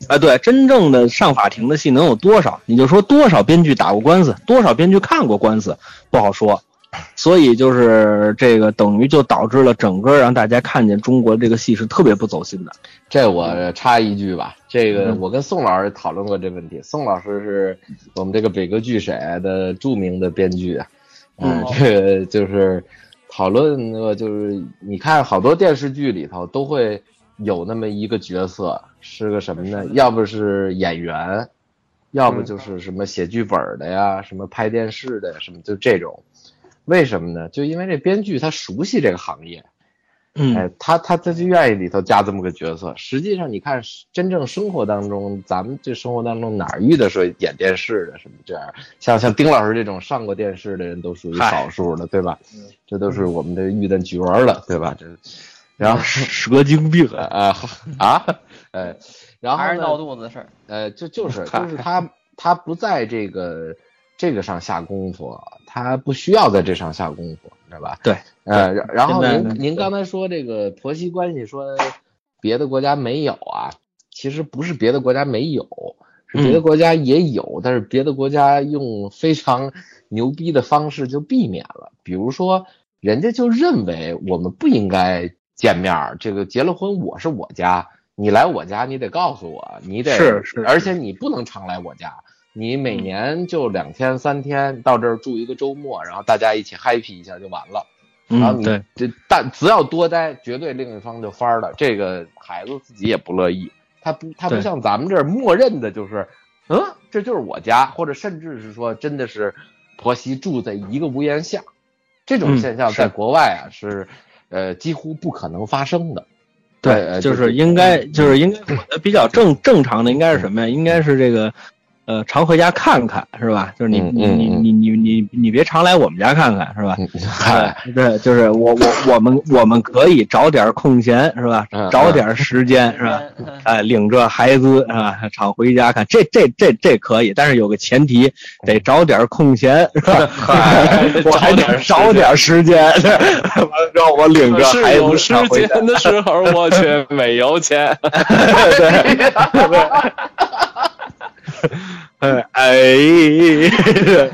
Speaker 2: 啊，对，真正的上法庭的戏能有多少？你就说多少编剧打过官司，多少编剧看过官司，不好说。所以就是这个，等于就导致了整个让大家看见中国这个戏是特别不走心的。
Speaker 5: 这我插一句吧，这个
Speaker 2: 嗯
Speaker 5: 我跟宋老师讨论过这问题。宋老师是我们这个北歌剧社的著名的编剧啊，嗯，这个就是讨论过，就是你看好多电视剧里头都会有那么一个角色，是嗯个什么呢？要不是演员，要不就是什么写剧本的呀，什么拍电视的呀，什么就这种。为什么呢？就因为这编剧他熟悉这个行业，
Speaker 2: 嗯
Speaker 5: 哎，他他他就愿意里头加这么个角色。实际上，你看真正生活当中，咱们这生活当中哪儿遇的说演电视的什么这样？像像丁老师这种上过电视的人都属于
Speaker 2: 嗨嗯
Speaker 5: 少数了，对吧？这都是我们的遇的角儿了，对吧？这，然后
Speaker 2: 蛇精病
Speaker 5: 呃呃啊呃，然后
Speaker 3: 还是
Speaker 5: 呢
Speaker 3: 闹肚子的事儿。
Speaker 5: 呃，就就是就是他他不在这个这个上下功夫，他不需要在这上下功夫，对吧？
Speaker 2: 对，
Speaker 5: 呃，然然后
Speaker 2: 现在
Speaker 5: 您
Speaker 2: 呢
Speaker 5: 您刚才说这个婆媳关系，说别的国家没有啊，其实不是别的国家没有，是别的
Speaker 2: 嗯
Speaker 5: 国家也有，但是别的国家用非常牛逼的方式就避免了，比如说人家就认为我们不应该见面儿，这个结了婚我是我家，你来我家你得告诉我，你得
Speaker 2: 是是嗯
Speaker 5: 而且你不能常来我家，你每年就两天三天到这儿住一个周末，然后大家一起 happy 一下就完了。然后
Speaker 2: 嗯，
Speaker 5: 你
Speaker 2: 对，
Speaker 5: 这但只要多待，绝对另一方就翻儿了。这个孩子自己也不乐意，他不他不
Speaker 2: 对
Speaker 5: 像咱们这儿默认的就是，嗯，这就是我家，或者甚至是说真的是婆媳住在一个屋檐下，这种
Speaker 2: 嗯
Speaker 5: 现象
Speaker 2: 是
Speaker 5: 在国外啊是呃几乎不可能发生的。呃
Speaker 2: 对，
Speaker 5: 就
Speaker 2: 就
Speaker 5: 嗯
Speaker 2: 是是应该，就是应该，我觉得比较正正常的应该是什么呀？应该是这个，呃，常回家看看是吧？就是你
Speaker 5: 嗯
Speaker 2: 你
Speaker 5: 嗯
Speaker 2: 你
Speaker 5: 嗯
Speaker 2: 你你你你别常来我们家看看是吧？
Speaker 5: 嗨，
Speaker 2: 对，就是我我我们我们可以找点空闲是吧
Speaker 5: 嗯？
Speaker 2: 找点时间是吧？
Speaker 3: 嗯
Speaker 2: 哎，领着孩子啊，常回家看，这这这这可以，但是有个前提，得找点空闲，是吧？ 我还得找点时间，对完了之后我领着
Speaker 6: 是
Speaker 2: 孩
Speaker 6: 有
Speaker 2: 子
Speaker 6: 时
Speaker 2: 常回
Speaker 6: 间
Speaker 2: 家，
Speaker 6: 的时候，我却没有钱。
Speaker 2: 对，哎哎， 对，这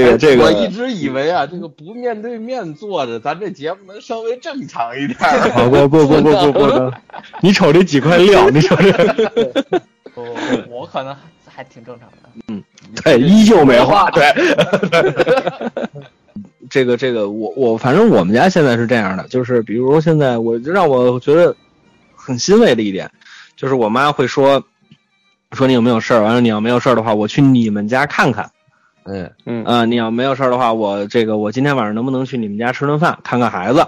Speaker 2: 个哎这
Speaker 5: 哎我一
Speaker 2: 个，
Speaker 5: 直以为啊，这个不面对面坐着，咱这节目能稍微正常一点儿。
Speaker 2: 不不不不不不能，你瞅这几块料，你瞅这，
Speaker 3: 我我可能还挺正常的。
Speaker 2: 对，依旧美化，对。这个这个，我我反正我们家现在是这样的，就是比如说现在我就让我觉得很欣慰的一点，就是我妈会说说你有没有事儿，完了你要没有事儿的话，我去你们家看看。
Speaker 5: 嗯
Speaker 6: 嗯
Speaker 2: 啊，你要没有事儿的话，我这个我今天晚上能不能去你们家吃顿饭，看看孩子？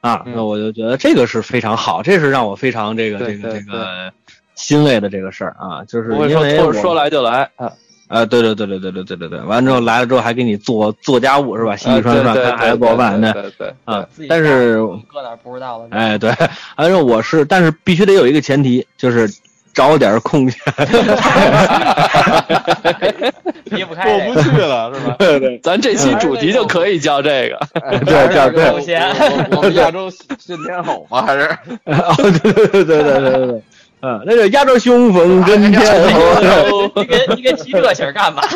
Speaker 2: 啊，
Speaker 6: 嗯
Speaker 2: 那我就觉得这个是非常好，这是让我非常这个这
Speaker 6: 对
Speaker 2: 个
Speaker 6: 对
Speaker 2: 这个欣慰的这个事儿啊，就是
Speaker 6: 不会
Speaker 2: 因
Speaker 6: 说
Speaker 2: 为
Speaker 6: 说
Speaker 2: 我
Speaker 6: 说来就来啊，
Speaker 2: 啊，对对对对对对对对对，完了之后来了之后还给你做做家务是吧？洗洗
Speaker 6: 啊
Speaker 2: 涮
Speaker 6: 对
Speaker 2: 涮，
Speaker 6: 对
Speaker 2: 看孩子
Speaker 6: 对
Speaker 2: 做饭
Speaker 6: 对
Speaker 2: 那
Speaker 6: 对对，
Speaker 2: 啊
Speaker 3: 自己，
Speaker 2: 但是
Speaker 3: 搁哪儿不知道了。
Speaker 2: 哎对，完了之后我是，但是必须得有一个前提，就是找点儿空闲，
Speaker 3: 离不开
Speaker 5: 过
Speaker 3: 这
Speaker 5: 不去
Speaker 3: 个。
Speaker 5: 了是吧？哎
Speaker 6: 咱这期主题就可以叫这 个，
Speaker 2: 对这样对
Speaker 5: 我我我们亚洲顺天吼吗？还是
Speaker 2: 哦对对对对对对对，嗯，那就压着胸缝
Speaker 6: 哎
Speaker 2: 跟天哦。
Speaker 3: 你给你给提这信儿干嘛？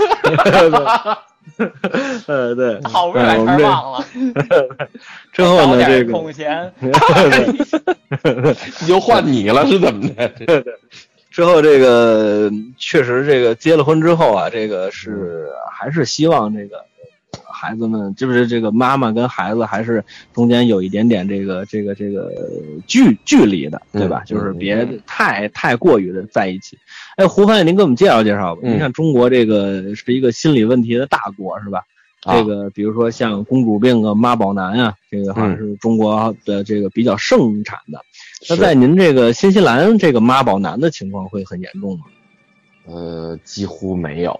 Speaker 2: 呃， 对，
Speaker 3: 好不容易把词儿忘了，
Speaker 2: 之后
Speaker 5: 哎
Speaker 3: 找
Speaker 2: 呢，
Speaker 3: 点
Speaker 2: 这
Speaker 3: 儿
Speaker 2: 个
Speaker 3: 空闲。
Speaker 5: 又换你了是怎么的？
Speaker 2: 之后这个确实这个结了婚之后啊，这个
Speaker 5: 嗯
Speaker 2: 是还是希望这个呃孩子们，就是这个妈妈跟孩子还是中间有一点点这个这个这个呃距距离的，对吧？
Speaker 5: 嗯
Speaker 2: 就是
Speaker 5: 嗯
Speaker 2: 别太太过于的在一起。哎，胡帆，您给我们介绍介绍吧。
Speaker 5: 嗯
Speaker 2: 您看中国这个是一个心理问题的大国，是吧？
Speaker 5: 啊
Speaker 2: 这个比如说像公主病啊、妈宝男啊，这个好像
Speaker 5: 嗯
Speaker 2: 是中国的这个比较盛产的。那
Speaker 5: 是
Speaker 2: 在您这个新西兰，这个妈宝男的情况会很严重吗？
Speaker 5: 呃，几乎没有，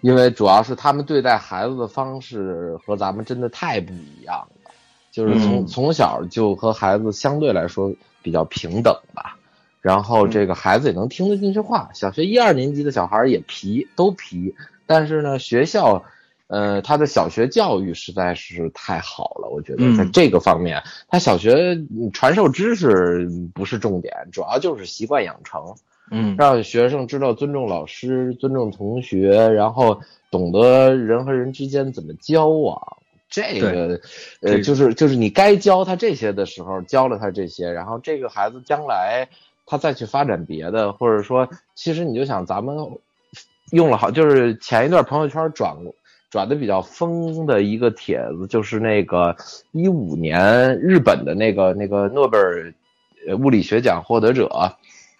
Speaker 5: 因为主要是他们对待孩子的方式和咱们真的太不一样了，就是从、
Speaker 2: 嗯
Speaker 5: 从小就和孩子相对来说比较平等吧，然后这
Speaker 2: 嗯
Speaker 5: 个孩子也能听得进去话，小学一二年级的小孩儿也皮，都皮，但是呢，学校。呃，他的小学教育实在是太好了，我觉得
Speaker 2: 嗯
Speaker 5: 在这个方面，他小学嗯传授知识不是重点，主要就是习惯养成。
Speaker 2: 嗯
Speaker 5: 让学生知道尊重老师、尊重同学，然后懂得人和人之间怎么交往。这个，
Speaker 2: 这
Speaker 5: 呃，
Speaker 2: 个
Speaker 5: 就是就是你该教他这些的时候教了他这些，然后这个孩子将来他再去发展别的，或者说，其实你就想咱们用了好，就是前一段朋友圈转过转的比较疯的一个帖子，就是那个一五年日本的那个那个诺贝尔呃物理学奖获得者，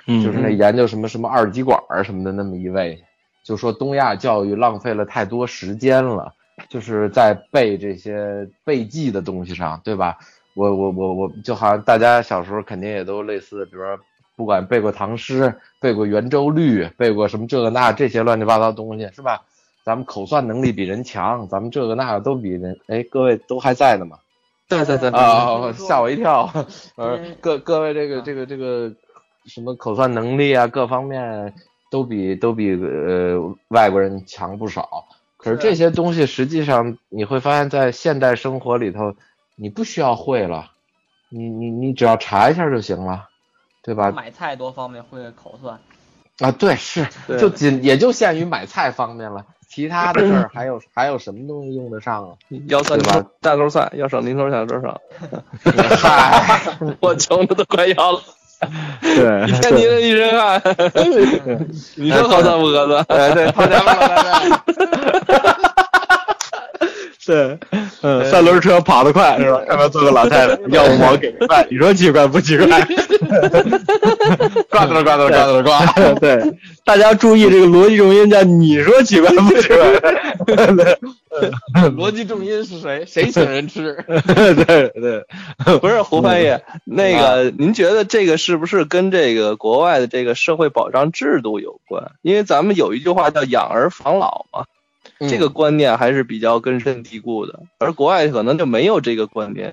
Speaker 2: 嗯
Speaker 5: 就是那研究什么什么二极管儿什么的那么一位，就说东亚教育浪费了太多时间了，就是在背这些背记的东西上，对吧？我我我我就好像大家小时候肯定也都类似，比如说不管背过唐诗，背过圆周率，背过什么这个那这些乱七八糟东西，是吧？咱们口算能力比人强，咱们这个那个都比人，哎，各位都还在呢吗？
Speaker 6: 对对对
Speaker 5: 啊啊！啊吓我一跳！呃
Speaker 3: 嗯，
Speaker 5: 各各位这个
Speaker 3: 啊
Speaker 5: 这个这个什么口算能力啊，各方面都比都比呃外国人强不少。可是
Speaker 3: 是
Speaker 5: 这些东西实际上你会发现在现代生活里头，你不需要会了，你你你只要查一下就行了，对吧？
Speaker 3: 买菜多方便，会口算。
Speaker 5: 啊，对，是，
Speaker 6: 对
Speaker 5: 就仅也就限于买菜方面了。其他的事儿还有还有什么东西用得上啊？
Speaker 6: 腰酸
Speaker 5: 对吧
Speaker 6: 大头散，要省零头小头少，
Speaker 5: 嗨，
Speaker 6: 我穷的都快要了，
Speaker 2: 对
Speaker 6: 一天您一身 汗，你说合算不合算？
Speaker 5: 对对，他家了，
Speaker 2: 对，嗯，三轮车跑得快是吧？要不要做个老太太？要不我给个饭，你说奇怪不奇怪？
Speaker 5: 呱嘟了呱嘟了呱嘟了呱。
Speaker 2: 对，大家注意这个逻辑重音叫你说奇怪不奇怪？
Speaker 5: 逻辑重音是谁？谁请人吃？
Speaker 2: 对对，
Speaker 6: 不是胡翻译，那个、您觉得这个是不是跟这个国外的这个社会保障制度有关？因为咱们有一句话叫“养儿防老”嘛，这个观念还是比较根深蒂固的，而国外可能就没有这个观念。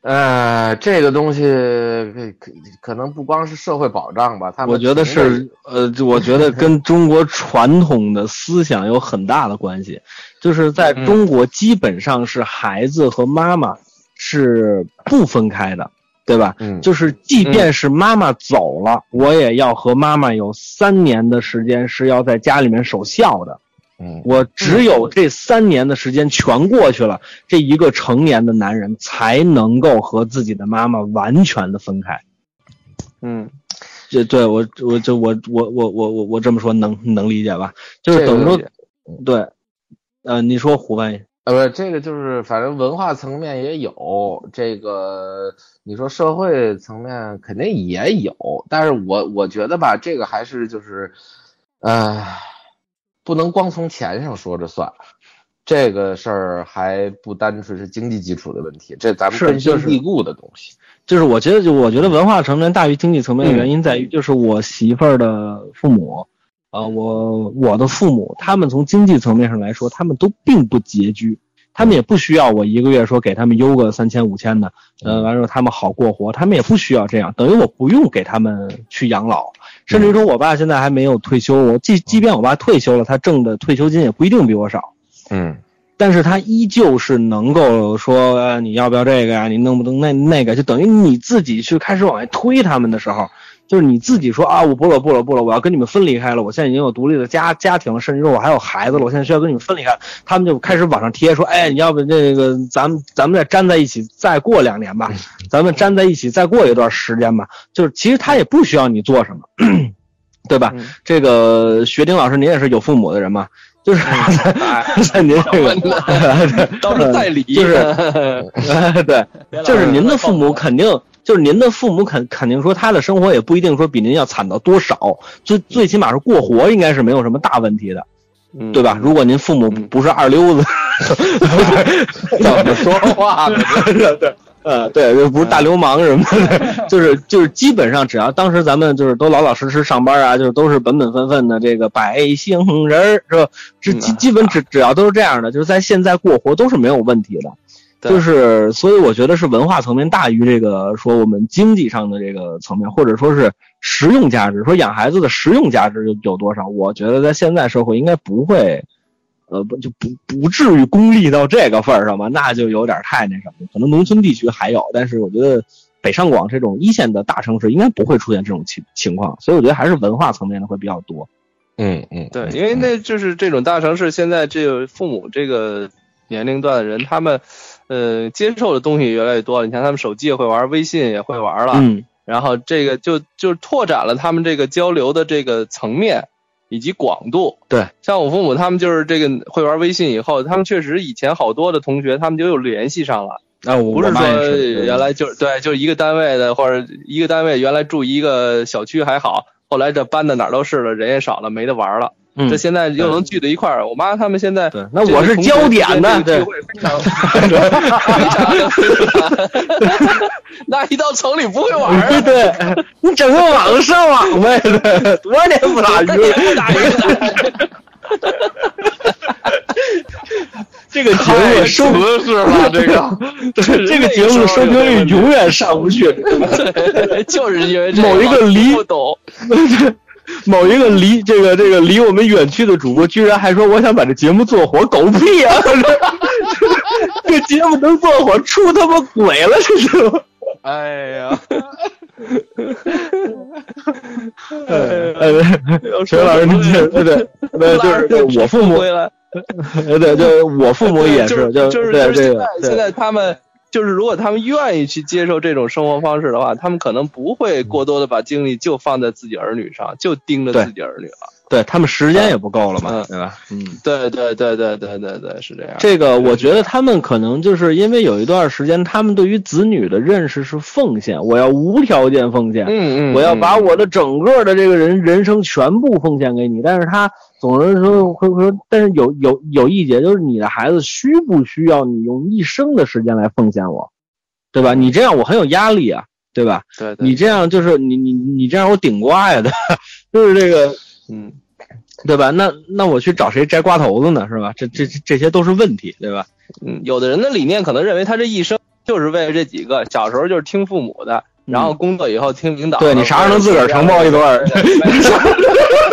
Speaker 5: 呃，这个东西可可可能不光是社会保障吧，他们
Speaker 2: 我觉得是呃，就我觉得跟中国传统的思想有很大的关系，就是在
Speaker 5: 嗯
Speaker 2: 中国基本上是孩子和妈妈是不分开的，对吧？
Speaker 5: 嗯
Speaker 2: 就是即便是妈妈走了，我也要和妈妈有三年的时间是要在家里面守孝的。
Speaker 5: 嗯
Speaker 2: 我只有这三年的时间全过去了，这一个成年的男人才能够和自己的妈妈完全的分开。
Speaker 6: 嗯，
Speaker 2: 这对我，我这我我我我我我这么说能能理解吧？就是等于说
Speaker 6: 这个，嗯
Speaker 2: 对，呃，你说胡翻译，
Speaker 5: 呃不是这个就是反正文化层面也有这个，你说社会层面肯定也有，但是我我觉得吧，这个还是就是，呃，不能光从钱上说着算。这个事儿还不单纯是经济基础的问题，这咱们
Speaker 2: 是
Speaker 5: 根
Speaker 2: 就
Speaker 5: 深
Speaker 2: 是
Speaker 5: 蒂固的东西。
Speaker 2: 就是我觉得，就我觉得文化层面大于经济层面的原因在于，就是我媳妇儿的父母，啊、我我的父母，他们从经济层面上来说，他们都并不拮据，他们也不需要我一个月说给他们邮个三千五千的，呃，完了之后他们好过活，他们也不需要这样，等于我不用给他们去养老，甚至于说我爸现在还没有退休，我即即便我爸退休了，他挣的退休金也不一定比我少。
Speaker 5: 嗯
Speaker 2: 但是他依旧是能够说，呃，你要不要这个呀、你弄不弄那那个？就等于你自己去开始往外推他们的时候，就是你自己说啊，我不了不了不了，我要跟你们分离开了，我现在已经有独立的家家庭了，甚至说我还有孩子了，我现在需要跟你们分离开了。他们就开始往上贴说，哎，你要不这个咱们咱们再粘在一起，再过两年 吧，咱们粘在一起再过一段时间吧。就是其实他也不需要你做什么， 对吧？
Speaker 6: 嗯
Speaker 2: 这个学丁老师，您也是有父母的人嘛？就是
Speaker 6: 嗯
Speaker 2: 在您这个
Speaker 6: 到时候代理
Speaker 2: 就是 呃，对，
Speaker 3: 别老
Speaker 2: 就是您的
Speaker 3: 说
Speaker 2: 父母
Speaker 3: 报复
Speaker 2: 肯定，就是您的父母肯肯定说他的生活也不一定说比您要惨到多少，最最起码是过活应该是没有什么大问题的，
Speaker 6: 嗯
Speaker 2: 对吧？？如果您父母不是二溜子，
Speaker 5: 怎么说话呢？
Speaker 6: 嗯
Speaker 2: 呃， 对，就不是大流氓什么的， 就是就是基本上只要当时咱们就是都老老实实上班啊，就是都是本本分分的这个百姓人儿是吧？只基基本只只要都是这样的，就是在现在过活都是没有问题的。
Speaker 6: 对
Speaker 2: 就是，所以我觉得是文化层面大于这个说我们经济上的这个层面，或者说是实用价值。说养孩子的实用价值有有多少？我觉得在现在社会应该不会，呃，不就不不至于功利到这个份儿上吧？那就有点太那什么。可能农村地区还有，但是我觉得北上广这种一线的大城市应该不会出现这种情情况。所以我觉得还是文化层面的会比较多。
Speaker 5: 嗯嗯，
Speaker 6: 对，因为
Speaker 5: 嗯
Speaker 6: 那就是这种大城市，现在这个父母这个年龄段的人，他们呃接受的东西越来越多了。你看，他们手机也会玩，微信也会玩了，
Speaker 2: 嗯，
Speaker 6: 然后这个就就拓展了他们这个交流的这个层面以及广度。
Speaker 2: 对，
Speaker 6: 像我父母他们就是这个会玩微信以后，他们确实以前好多的同学他们就又联系上了。
Speaker 2: 啊，我
Speaker 6: 不
Speaker 2: 我
Speaker 6: 是
Speaker 2: 妈也
Speaker 6: 说呃
Speaker 2: 是
Speaker 6: 原来就是对，就是一个单位的或者一个单位原来住一个小区还好，后来这搬的哪儿都是了，人也少了，没得玩了。
Speaker 2: 嗯
Speaker 6: 这现在又能聚在一块儿，我妈他们现在
Speaker 2: 对，那我是
Speaker 6: 这个同学
Speaker 2: 焦点呢，
Speaker 6: 之间这
Speaker 2: 对
Speaker 6: 个聚。会 非常 非常的频繁那一到城里不会玩 儿啊，
Speaker 2: 对，你整个网上网呗，对多少年不打鱼了？
Speaker 6: 打一个打
Speaker 2: 这个节
Speaker 5: 太
Speaker 2: 目
Speaker 5: 舒
Speaker 2: 收，
Speaker 5: 适了，这个
Speaker 2: 这个节目收听率永远上不去。
Speaker 6: 一个， 就是因为这
Speaker 2: 某一个离
Speaker 6: 不懂，
Speaker 2: 某一个离这个这个离我们远去的主播，居然还说我想把这节目做火，狗屁啊！ 这节目能做火，
Speaker 6: 哎
Speaker 2: 出他妈鬼了，这是。
Speaker 5: 哎呀，
Speaker 2: 呃，呃陈老师，对对对，对就是我父母，
Speaker 6: 回来，
Speaker 2: 对对，就是我父母也，
Speaker 6: 就是
Speaker 2: 就
Speaker 6: 就是
Speaker 2: 对
Speaker 6: 就
Speaker 2: 这
Speaker 6: 是现
Speaker 2: 个
Speaker 6: 在，现在他们就是如果他们愿意去接受这种生活方式的话，他们可能不会过多的把精力就放在自己儿女上，就盯着
Speaker 2: 嗯对
Speaker 6: 自己儿女了。
Speaker 2: 对他们时间也不够了嘛，
Speaker 6: 嗯嗯
Speaker 2: 对吧？嗯。
Speaker 6: 对对对对对对对，是这样。
Speaker 2: 这个我觉得他们可能就是因为有一段时间，他们对于子女的认识是奉献，我要无条件奉献，
Speaker 5: 嗯嗯，
Speaker 2: 我要把我的整个的这个人人生全部奉献给你。但是他总是说会会说，但是有有有一节就是你的孩子需不需要你用一生的时间来奉献我，对吧？你这样我很有压力啊，对吧？
Speaker 6: 对对，
Speaker 2: 你这样就是你你你这样我顶瓜呀，对吧， 就是这个
Speaker 6: 嗯，
Speaker 2: 对吧？那那我去找谁摘瓜头子呢？是吧？这这这这些都是问题，对吧？
Speaker 6: 嗯，有的人的理念可能认为他这一生就是为了这几个，小时候就是听父母的，然后工作以后听领导的。
Speaker 2: 嗯对你啥时候能自个儿承包一 段儿？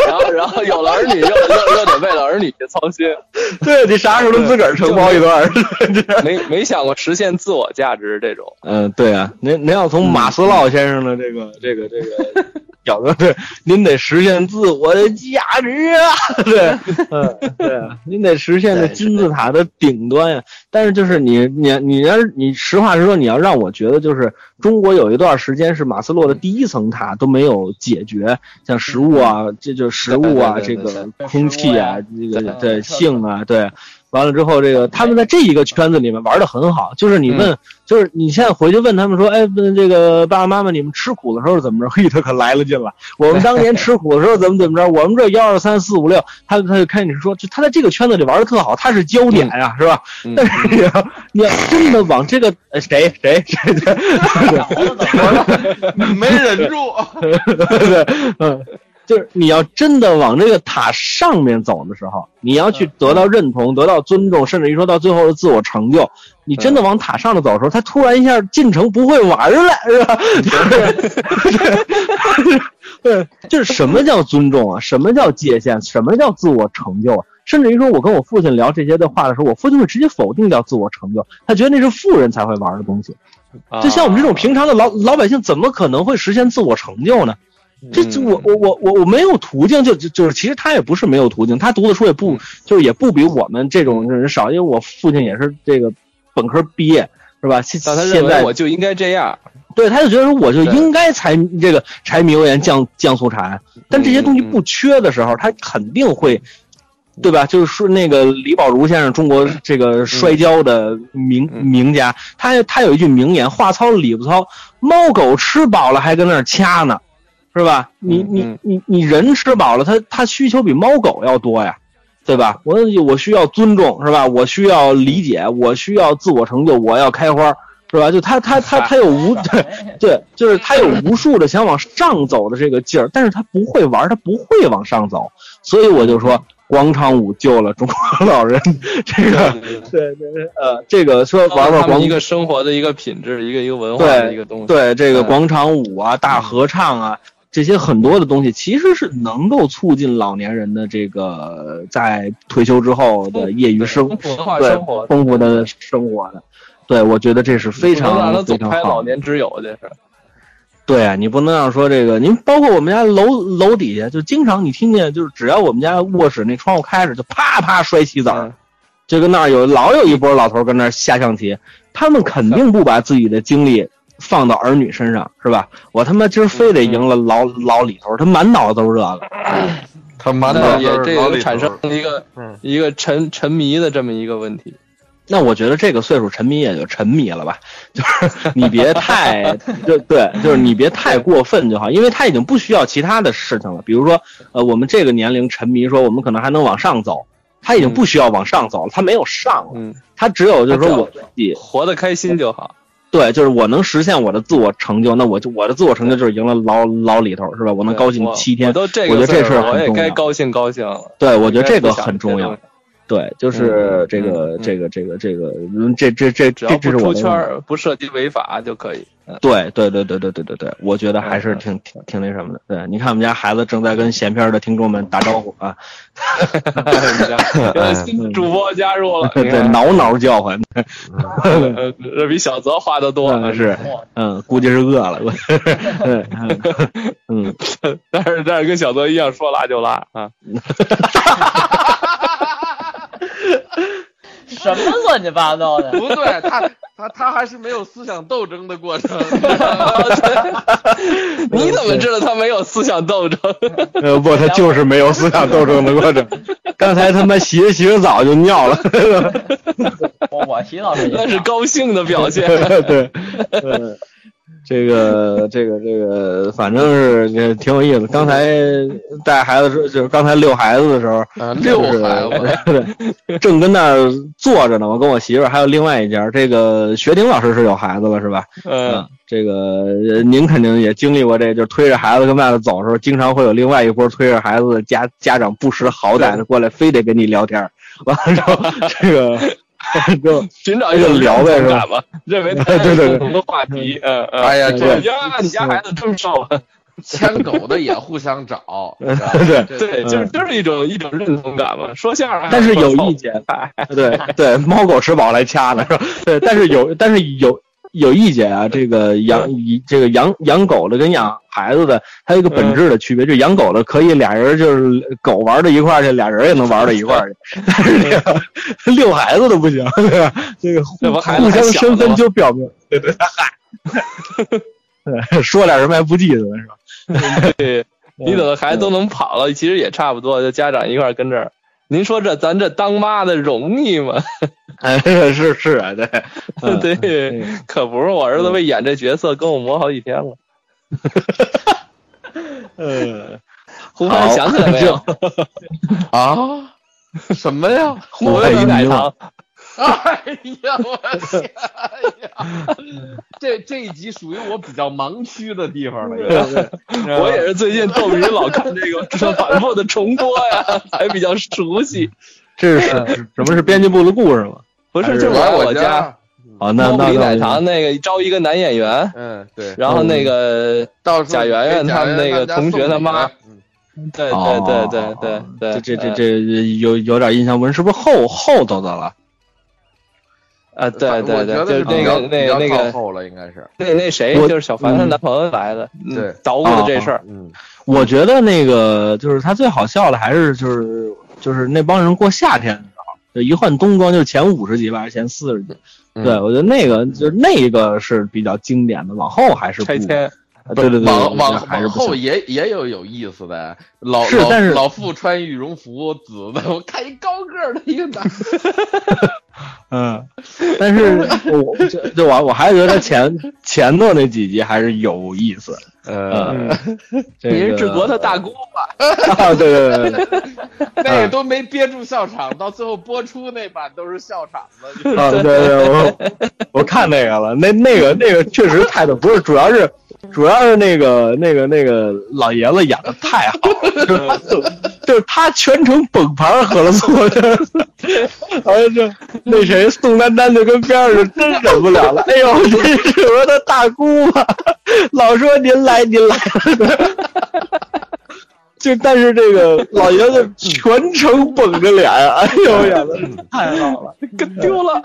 Speaker 6: 然后然后有了儿女又又又得为了儿女去操心，
Speaker 2: 对你啥时候能自个儿承包一段儿？
Speaker 6: 没没想过实现自我价值这种。
Speaker 2: 嗯，对啊，您您要从马斯洛先生的这个、这个这个角度，对，您得实现自我的价值啊，对，嗯，对啊，您得实现这金字塔的顶端呀、但是就是你你你要是你实话实说，你要让我觉得就是中国有一段时间是马斯洛的第一层塔都没有解决，像食物啊，这就食物啊，这
Speaker 5: 对对对
Speaker 2: 个
Speaker 3: 对
Speaker 2: 空气啊，这
Speaker 3: 对
Speaker 2: 个对
Speaker 3: 对
Speaker 2: 性啊，对。完了之后，这个他们在这一个圈子里面玩的很好，就是你问，就是你现在回去问他们说，哎，问这个爸爸妈妈，你们吃苦的时候怎么着？ 哎嘿，他可来了劲了。我们当年吃苦的时候怎么怎么着？我们这幺二三四五六，他他就开始说，就他在这个圈子里玩的特好，他是焦点呀、是吧？
Speaker 5: 嗯
Speaker 2: 但是 你要你要真的往这个呃谁谁谁谁，
Speaker 5: 没忍 住，
Speaker 2: 对，嗯，就是你要真的往这个塔上面走的时候，你要去得到认同、得到尊重，甚至于说到最后的自我成就。你真的往塔上头走的时候，他突然一下进城不会玩了，是吧？对，就是什么叫尊重啊？什么叫界限？什么叫自我成就啊？甚至于说，我跟我父亲聊这些的话的时候，我父亲会直接否定掉自我成就，他觉得那是富人才会玩的东西。
Speaker 6: 啊
Speaker 2: 就像我们这种平常的老老百姓，怎么可能会实现自我成就呢？这
Speaker 6: 嗯
Speaker 2: 这我我我我我没有途径，就就就是其实他也不是没有途径，他读的书也
Speaker 6: 嗯
Speaker 2: 不就是也不比我们这种人少，因为我父亲也是这个本科毕业是吧？现
Speaker 6: 但他
Speaker 2: 现
Speaker 6: 认为
Speaker 2: 在
Speaker 6: 我就应该这 样，
Speaker 2: 对他就觉得说我就
Speaker 6: 对
Speaker 2: 应该柴这个柴米油盐酱酱醋茶，但这些东西
Speaker 6: 嗯嗯
Speaker 2: 不缺的时候，他肯定会。对吧？就是说，那个李宝如先生，中国这个摔跤的名、
Speaker 6: 嗯
Speaker 2: 名家，他他有一句名言：“话糙理不糙，猫狗吃饱了还跟那儿掐呢，是吧？你
Speaker 6: 嗯
Speaker 2: 你
Speaker 6: 嗯
Speaker 2: 你你人吃饱了，他他需求比猫狗要多呀，对吧？我我需要尊重，是吧？我需要理解，我需要自我成就，我要开花，是吧？就他他他他有无对对，就是他有无数的想往上走的这个劲儿，但是他不会玩，他不会往上走，所以我就说。广场舞救了中国老人，这个对对对，呃，这个说玩玩
Speaker 6: 哦他们
Speaker 2: 广
Speaker 6: 一个生活的一个品质，一个一个文化
Speaker 2: 对
Speaker 6: 的一个东西。
Speaker 2: 对这个
Speaker 6: 嗯
Speaker 2: 广场舞啊、大合唱啊这些很多的东西，其实是能够促进老年人的这个在退休之后的业余生
Speaker 6: 丰富文化
Speaker 2: 对
Speaker 6: 生活，
Speaker 2: 丰富的生活的。对，我觉得这是非
Speaker 6: 不能让他
Speaker 2: 常非
Speaker 6: 总
Speaker 2: 常
Speaker 6: 拍
Speaker 2: 好
Speaker 6: 老
Speaker 2: 的。
Speaker 6: 年之友，这是。
Speaker 2: 对啊你不能让说这个，您包括我们家楼楼底下，就经常你听见，就是只要我们家卧室那窗户开着，就啪啪摔棋子
Speaker 6: 嗯
Speaker 2: 儿，就跟那儿有老有一波老头儿跟那儿下象棋，他们肯定不把自己的精力放到儿女身上，是吧？我他妈今儿非得
Speaker 6: 嗯
Speaker 2: 赢了老老李头儿，他满脑子都是这个。
Speaker 5: 他满脑
Speaker 6: 那
Speaker 5: 子
Speaker 6: 也
Speaker 5: 都是
Speaker 6: 这
Speaker 5: 老
Speaker 6: 个
Speaker 5: 李
Speaker 6: 产生
Speaker 5: 头
Speaker 6: 一个
Speaker 5: 嗯
Speaker 6: 一个沉沉迷的这么一个问题。
Speaker 2: 那我觉得这个岁数沉迷也就沉迷了吧，就是 你别太就对，就是你别太过分就好，因为他已经不需要其他的事情了。比如说，呃，我们这个年龄沉迷，说我们可能还能往上走，他已经不需要往上走了，他没有上了，
Speaker 6: 嗯，
Speaker 2: 他只有就是说我自己
Speaker 6: 活得开心就好。
Speaker 2: 对，就是我能实现我的自我成就，那我就我的自我成就就是赢了老老李头是吧？我能高兴
Speaker 6: 我
Speaker 2: 七
Speaker 6: 我
Speaker 2: 天，
Speaker 6: 都这
Speaker 2: 我觉
Speaker 6: 个
Speaker 2: 得这
Speaker 6: 岁数
Speaker 2: 事儿
Speaker 6: 了我
Speaker 2: 很
Speaker 6: 也
Speaker 2: 重
Speaker 6: 该
Speaker 2: 要
Speaker 6: 高兴高兴了。
Speaker 2: 对我
Speaker 6: 我
Speaker 2: 觉得这个很重要。。对，就是这
Speaker 6: 嗯
Speaker 2: 个
Speaker 6: 嗯
Speaker 2: 这个这个这个，嗯这这这
Speaker 6: 只
Speaker 2: 这
Speaker 6: 要
Speaker 2: 这
Speaker 6: 不
Speaker 2: 是我
Speaker 6: 出
Speaker 2: 的
Speaker 6: 圈儿，不涉及违法就 可以。 嗯
Speaker 2: 对对对对对对对对，我觉得还是挺挺挺那什么的。对，你看我们家孩子正在跟闲篇儿的听众们打招呼啊，
Speaker 6: 有新主播加入了，你
Speaker 2: 对，
Speaker 6: 看
Speaker 2: 挠挠叫唤，
Speaker 6: 呃这比小泽花的多啊。
Speaker 2: 嗯是，嗯，估计是饿了，我，嗯嗯，
Speaker 6: 但是但是跟小泽一样，说拉就拉啊。
Speaker 3: 什么乱七八糟的？
Speaker 5: 不对，他他他还是没有思想斗争的过程。
Speaker 6: 你怎么知道他没有思想斗争？
Speaker 2: 呃，不，他就是没有思想斗争的过程。刚才他妈洗着洗着澡就尿了，
Speaker 3: 我我洗澡时
Speaker 6: 那是高兴的表现。
Speaker 2: 对，呃，这个这个这个，反正是这挺有意思。刚才带孩子时候，就是刚才遛孩子的时候，
Speaker 5: 啊， 六
Speaker 2: 就是
Speaker 5: 孩子，
Speaker 2: 对，正跟那儿坐着呢，我跟我媳妇儿还有另外一家，这个学鼎老师是有孩子了是吧？
Speaker 6: 嗯
Speaker 2: 嗯，这个呃您肯定也经历过这，就是推着孩子跟外头走的时候，经常会有另外一波推着孩子的家家长不识好歹的过来，非得跟你聊天儿。完了之 后，这个就
Speaker 6: 寻找一种
Speaker 2: 聊呗
Speaker 6: 认同感吧，认为他
Speaker 2: 对对对
Speaker 6: 是共同的话题。嗯嗯。
Speaker 5: 哎呀，
Speaker 2: 对
Speaker 5: 这
Speaker 6: 呀，你家孩子这么瘦啊？
Speaker 5: 牵狗的也互相 找，是吧
Speaker 2: 对
Speaker 5: 这
Speaker 6: 对，就是就是一种一种认同感嘛。说相声还
Speaker 2: 嗯但是有
Speaker 6: 说
Speaker 2: 意见， 对 对，猫狗吃饱来掐呢，是吧？对，但是有但是有有意见啊，这个养以这个养养狗的跟养孩子的，它有一个本质
Speaker 6: 嗯
Speaker 2: 的区别，就是养狗的可以俩人就是狗玩到一块儿去，俩人也能玩到一块儿 去，但是这个遛孩子的不行，对吧？这个互
Speaker 6: 那不孩子
Speaker 2: 互
Speaker 6: 还
Speaker 2: 相
Speaker 6: 小呢
Speaker 2: 身份
Speaker 6: 吗
Speaker 2: 就表 明，对对， 嗨，对说点什么还不记得呢，是吧？
Speaker 6: 对，你等孩
Speaker 2: 嗯
Speaker 6: 子都能跑了，其实也差不多，就家长一块儿跟这儿。您说这咱这当妈的容易吗？
Speaker 2: 哎，是是啊， 对，嗯
Speaker 6: 对，可不是，我儿子为演这角色跟我磨好几天了。
Speaker 2: 嗯，
Speaker 6: 胡凡想起来没有？
Speaker 5: 啊，什么呀？
Speaker 6: 我喂你奶糖，
Speaker 5: 哎呀，我天！哎呀，这这一集属于我比较盲区的地方了。已经
Speaker 6: 我也是最近斗鱼老看这个，这反复的重播呀，才比较熟悉。
Speaker 2: 这是
Speaker 5: 嗯
Speaker 2: 什么是编辑部的故事吗？
Speaker 6: 不是，
Speaker 2: 还是
Speaker 6: 就是
Speaker 5: 来
Speaker 6: 我家
Speaker 5: 家，
Speaker 2: 啊，那
Speaker 6: 猫
Speaker 2: 那
Speaker 6: 不理
Speaker 2: 那
Speaker 6: 奶糖那个招一个男演员，
Speaker 5: 嗯，对。
Speaker 6: 然后那个
Speaker 5: 到时候
Speaker 6: 贾圆圆
Speaker 5: 给
Speaker 6: 他们那个
Speaker 5: 贾圆圆家
Speaker 6: 同学
Speaker 5: 送
Speaker 6: 他
Speaker 5: 礼
Speaker 6: 妈
Speaker 5: 来，嗯
Speaker 6: 对对对对对对，
Speaker 2: 这这这这有有点印象，文是不是后后走的了？
Speaker 6: 啊，对
Speaker 5: 我
Speaker 6: 对
Speaker 5: 觉
Speaker 6: 对，
Speaker 5: 得
Speaker 6: 就是那
Speaker 5: 比较
Speaker 6: 个那个
Speaker 5: 比
Speaker 6: 那
Speaker 5: 较靠
Speaker 6: 个
Speaker 5: 后了，应该是。
Speaker 6: 那那谁
Speaker 2: 我
Speaker 6: 就是小凡她男朋友来的，嗯
Speaker 5: 对
Speaker 6: 捣鼓的这事儿，
Speaker 5: 嗯，
Speaker 2: 我觉得那个就是他最好笑的，还是就是就是那帮人过夏天的时候，就一换冬装就前五十集吧，还是前四十集。
Speaker 5: 嗯
Speaker 2: 对，我觉得那个就是那个是比较经典的，往后还是不
Speaker 6: 拆迁，
Speaker 2: 对对对，
Speaker 5: 往往
Speaker 2: 还是
Speaker 5: 往
Speaker 2: 不行
Speaker 5: 后也也有有意思的，老
Speaker 2: 是
Speaker 5: 老
Speaker 2: 但是
Speaker 5: 老傅穿羽绒服，紫的，我看一高个儿的一个男的，
Speaker 2: 嗯，但是我就就我我还是觉得前前头那几集还是有意思。嗯，这
Speaker 6: 你是
Speaker 2: 个
Speaker 6: 治国他大姑吧？
Speaker 2: 啊，对对对对对。呃
Speaker 5: 那个都没憋住笑场，到最后播出那版都是笑场的。就是
Speaker 2: 啊，对对，我我看那个了，那那个那个确实太逗，不是，主要是主要是那个那个那个老爷子演的太好了，就是他就是他全程捧盘喝了醋，就是，然后就那谁宋丹丹就跟边上就真忍不了了，哎呦，您是我的大姑吧？老说您来您来， 就但是这个老爷子全程绷着脸，哎呦，演的太好了。
Speaker 6: 跟丢 了，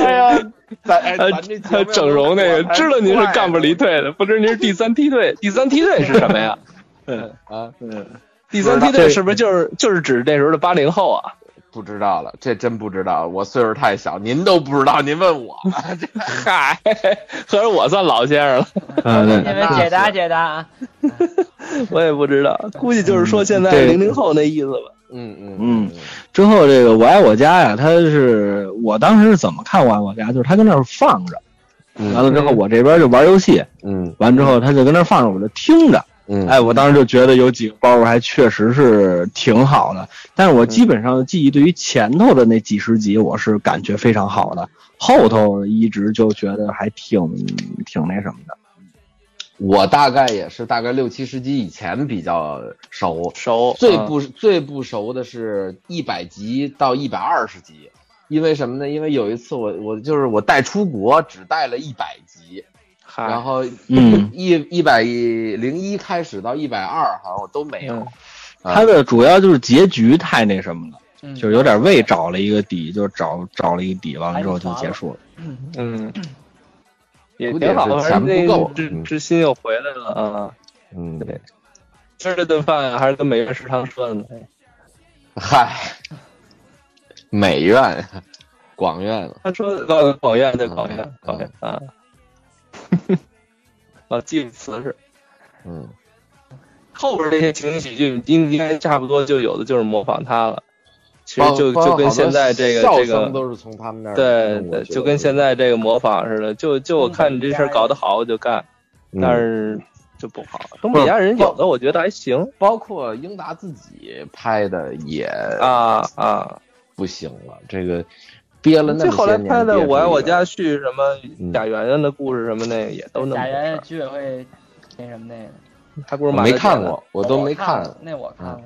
Speaker 5: 哎呀，咱哎
Speaker 6: 呃
Speaker 5: 咱这节目啊
Speaker 6: 呃
Speaker 5: 要
Speaker 6: 整容那个
Speaker 5: 不，然
Speaker 6: 知道您是干部离
Speaker 5: 太
Speaker 6: 退的，不知您是第三梯队，第三梯队是什么呀？嗯
Speaker 5: 快了啊，
Speaker 6: 第三梯队是不是就是就是指那时候的八零后 啊？
Speaker 5: 不知道了，这真不知道，我岁数太小，您都不知道，您 问我，
Speaker 6: 嗨， 合着我算老先生了，
Speaker 2: 嗯，对
Speaker 3: 你们解答解答啊！
Speaker 6: 我也不知道，估计就是说现在
Speaker 2: 对
Speaker 6: 零零后那意思吧。
Speaker 5: 嗯嗯
Speaker 2: 嗯，之后这个《我爱我家》呀，他是我当时是怎么看《我爱我家》，就是他跟那儿放着，嗯完了之后我这边就玩游戏，
Speaker 5: 嗯
Speaker 2: 完之后他就跟那儿放着，我就听着。
Speaker 5: 嗯
Speaker 2: 哎，我当时就觉得有几个包袱还确实是挺好的，但是我基本上的记忆对于前头的那几十集我是感觉非常好的，后头一直就觉得还挺挺那什么的。
Speaker 5: 我大概也是大概六七十集以前比较熟，
Speaker 6: 熟
Speaker 5: 最
Speaker 6: 嗯
Speaker 5: 不、最不熟的是一百集到一百二十集，因为什么呢？因为有一次我我就是我带出国只带了一百集，
Speaker 6: 嗨
Speaker 5: 然后
Speaker 2: 嗯
Speaker 5: 一一百零一开始到一百二好像我都没有。
Speaker 6: 嗯
Speaker 5: 啊
Speaker 2: 它的主要就是结局太那什么了，
Speaker 3: 嗯，
Speaker 2: 就是有点为找了一个底，就找找了一个底，完了之后就结束了。
Speaker 6: 嗯，也
Speaker 5: 估计也
Speaker 6: 挺好的，
Speaker 5: 是
Speaker 6: 反
Speaker 5: 钱
Speaker 6: 正
Speaker 5: 不够
Speaker 6: 这
Speaker 5: 嗯
Speaker 6: 知心又回来了啊。
Speaker 5: 嗯，
Speaker 6: 对今儿这顿饭还是跟美元食堂说的呢，哎
Speaker 5: 嗨，美院、广院
Speaker 6: 他说呃广院对广
Speaker 5: 嗯
Speaker 6: 院广院啊， 啊记住词是。
Speaker 5: 嗯，
Speaker 6: 后边那些情景喜剧应应该差不多就有的就是模仿他了，其实
Speaker 5: 包
Speaker 6: 就
Speaker 5: 包括
Speaker 6: 就跟
Speaker 5: 好多
Speaker 6: 现在这个
Speaker 5: 笑
Speaker 6: 这
Speaker 5: 声
Speaker 6: 个
Speaker 5: 都是嗯从他们那儿
Speaker 6: 对
Speaker 5: 弄过
Speaker 6: 对，
Speaker 5: 去的
Speaker 6: 就跟现在这个模仿似的，就就我看你这事儿搞得好我就干，
Speaker 5: 嗯
Speaker 6: 但是就不好。东北家人有的我觉得还行
Speaker 5: 包括英达自己拍的也
Speaker 6: 啊啊，
Speaker 5: 不行了，这个憋了那
Speaker 6: 这
Speaker 5: 么
Speaker 6: 后来拍的《我爱我家》
Speaker 5: 《
Speaker 6: 《去什么
Speaker 5: 嗯
Speaker 6: 贾圆圆的故事》什么那个也都那么
Speaker 3: 贾
Speaker 6: 回事
Speaker 3: 元
Speaker 6: 儿，
Speaker 3: 居委会那什么那个，
Speaker 6: 还不如
Speaker 5: 我
Speaker 6: 马
Speaker 5: 没
Speaker 6: 大姐
Speaker 5: 看
Speaker 6: 呢。
Speaker 5: 过，我都没
Speaker 3: 看
Speaker 5: 看
Speaker 3: 过，。那我看过，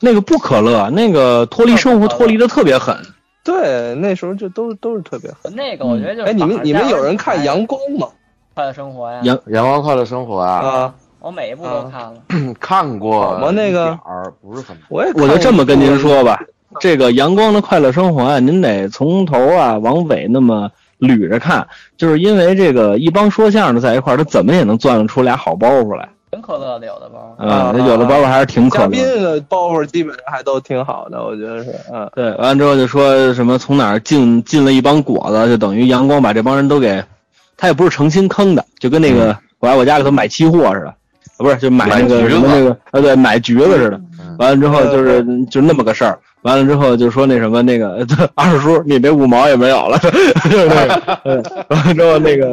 Speaker 2: 那个不可乐，啊那个脱离生活脱离的特别狠，
Speaker 6: 对，那时候就都都是特别狠。
Speaker 3: 那个我觉得就是
Speaker 6: 哎，你们你们有人看《
Speaker 3: 杨
Speaker 6: 阳光》吗？
Speaker 3: 快乐生活》呀？
Speaker 2: 杨
Speaker 5: 阳光快乐生活啊，嗯
Speaker 6: 啊，
Speaker 3: 我每一部都看了，
Speaker 5: 看过
Speaker 6: 好吗那个
Speaker 5: 一点儿不是很
Speaker 6: 我也
Speaker 2: 我就这么跟您说吧，这个《阳光的快乐生活》啊，您得从头啊往尾那么捋着看，就是因为这个一帮说相声的在一块儿，他怎么也能攥出俩好包袱来。
Speaker 3: 挺可乐的有的包。
Speaker 6: 啊
Speaker 2: 嗯，有的包袱还是挺可
Speaker 6: 嘉
Speaker 2: 乐
Speaker 6: 宾
Speaker 2: 的。
Speaker 6: 的包袱基本上还都挺好的，我觉得是，嗯，
Speaker 2: 对，完了之后就说什么从哪儿进进了一帮果子，就等于阳光把这帮人都给，他也不是诚心坑的，就跟那个我来我家里头买期货似的，啊不是就买那
Speaker 5: 嗯买
Speaker 2: 个
Speaker 5: 橘
Speaker 2: 什
Speaker 5: 子
Speaker 2: 么那个啊对，买橘子似的。
Speaker 5: 嗯
Speaker 2: 完了之后就是就那么个事儿，完了之后就说那什么那个二叔你那五毛也没有 了，就是那个，嗯完了之后那个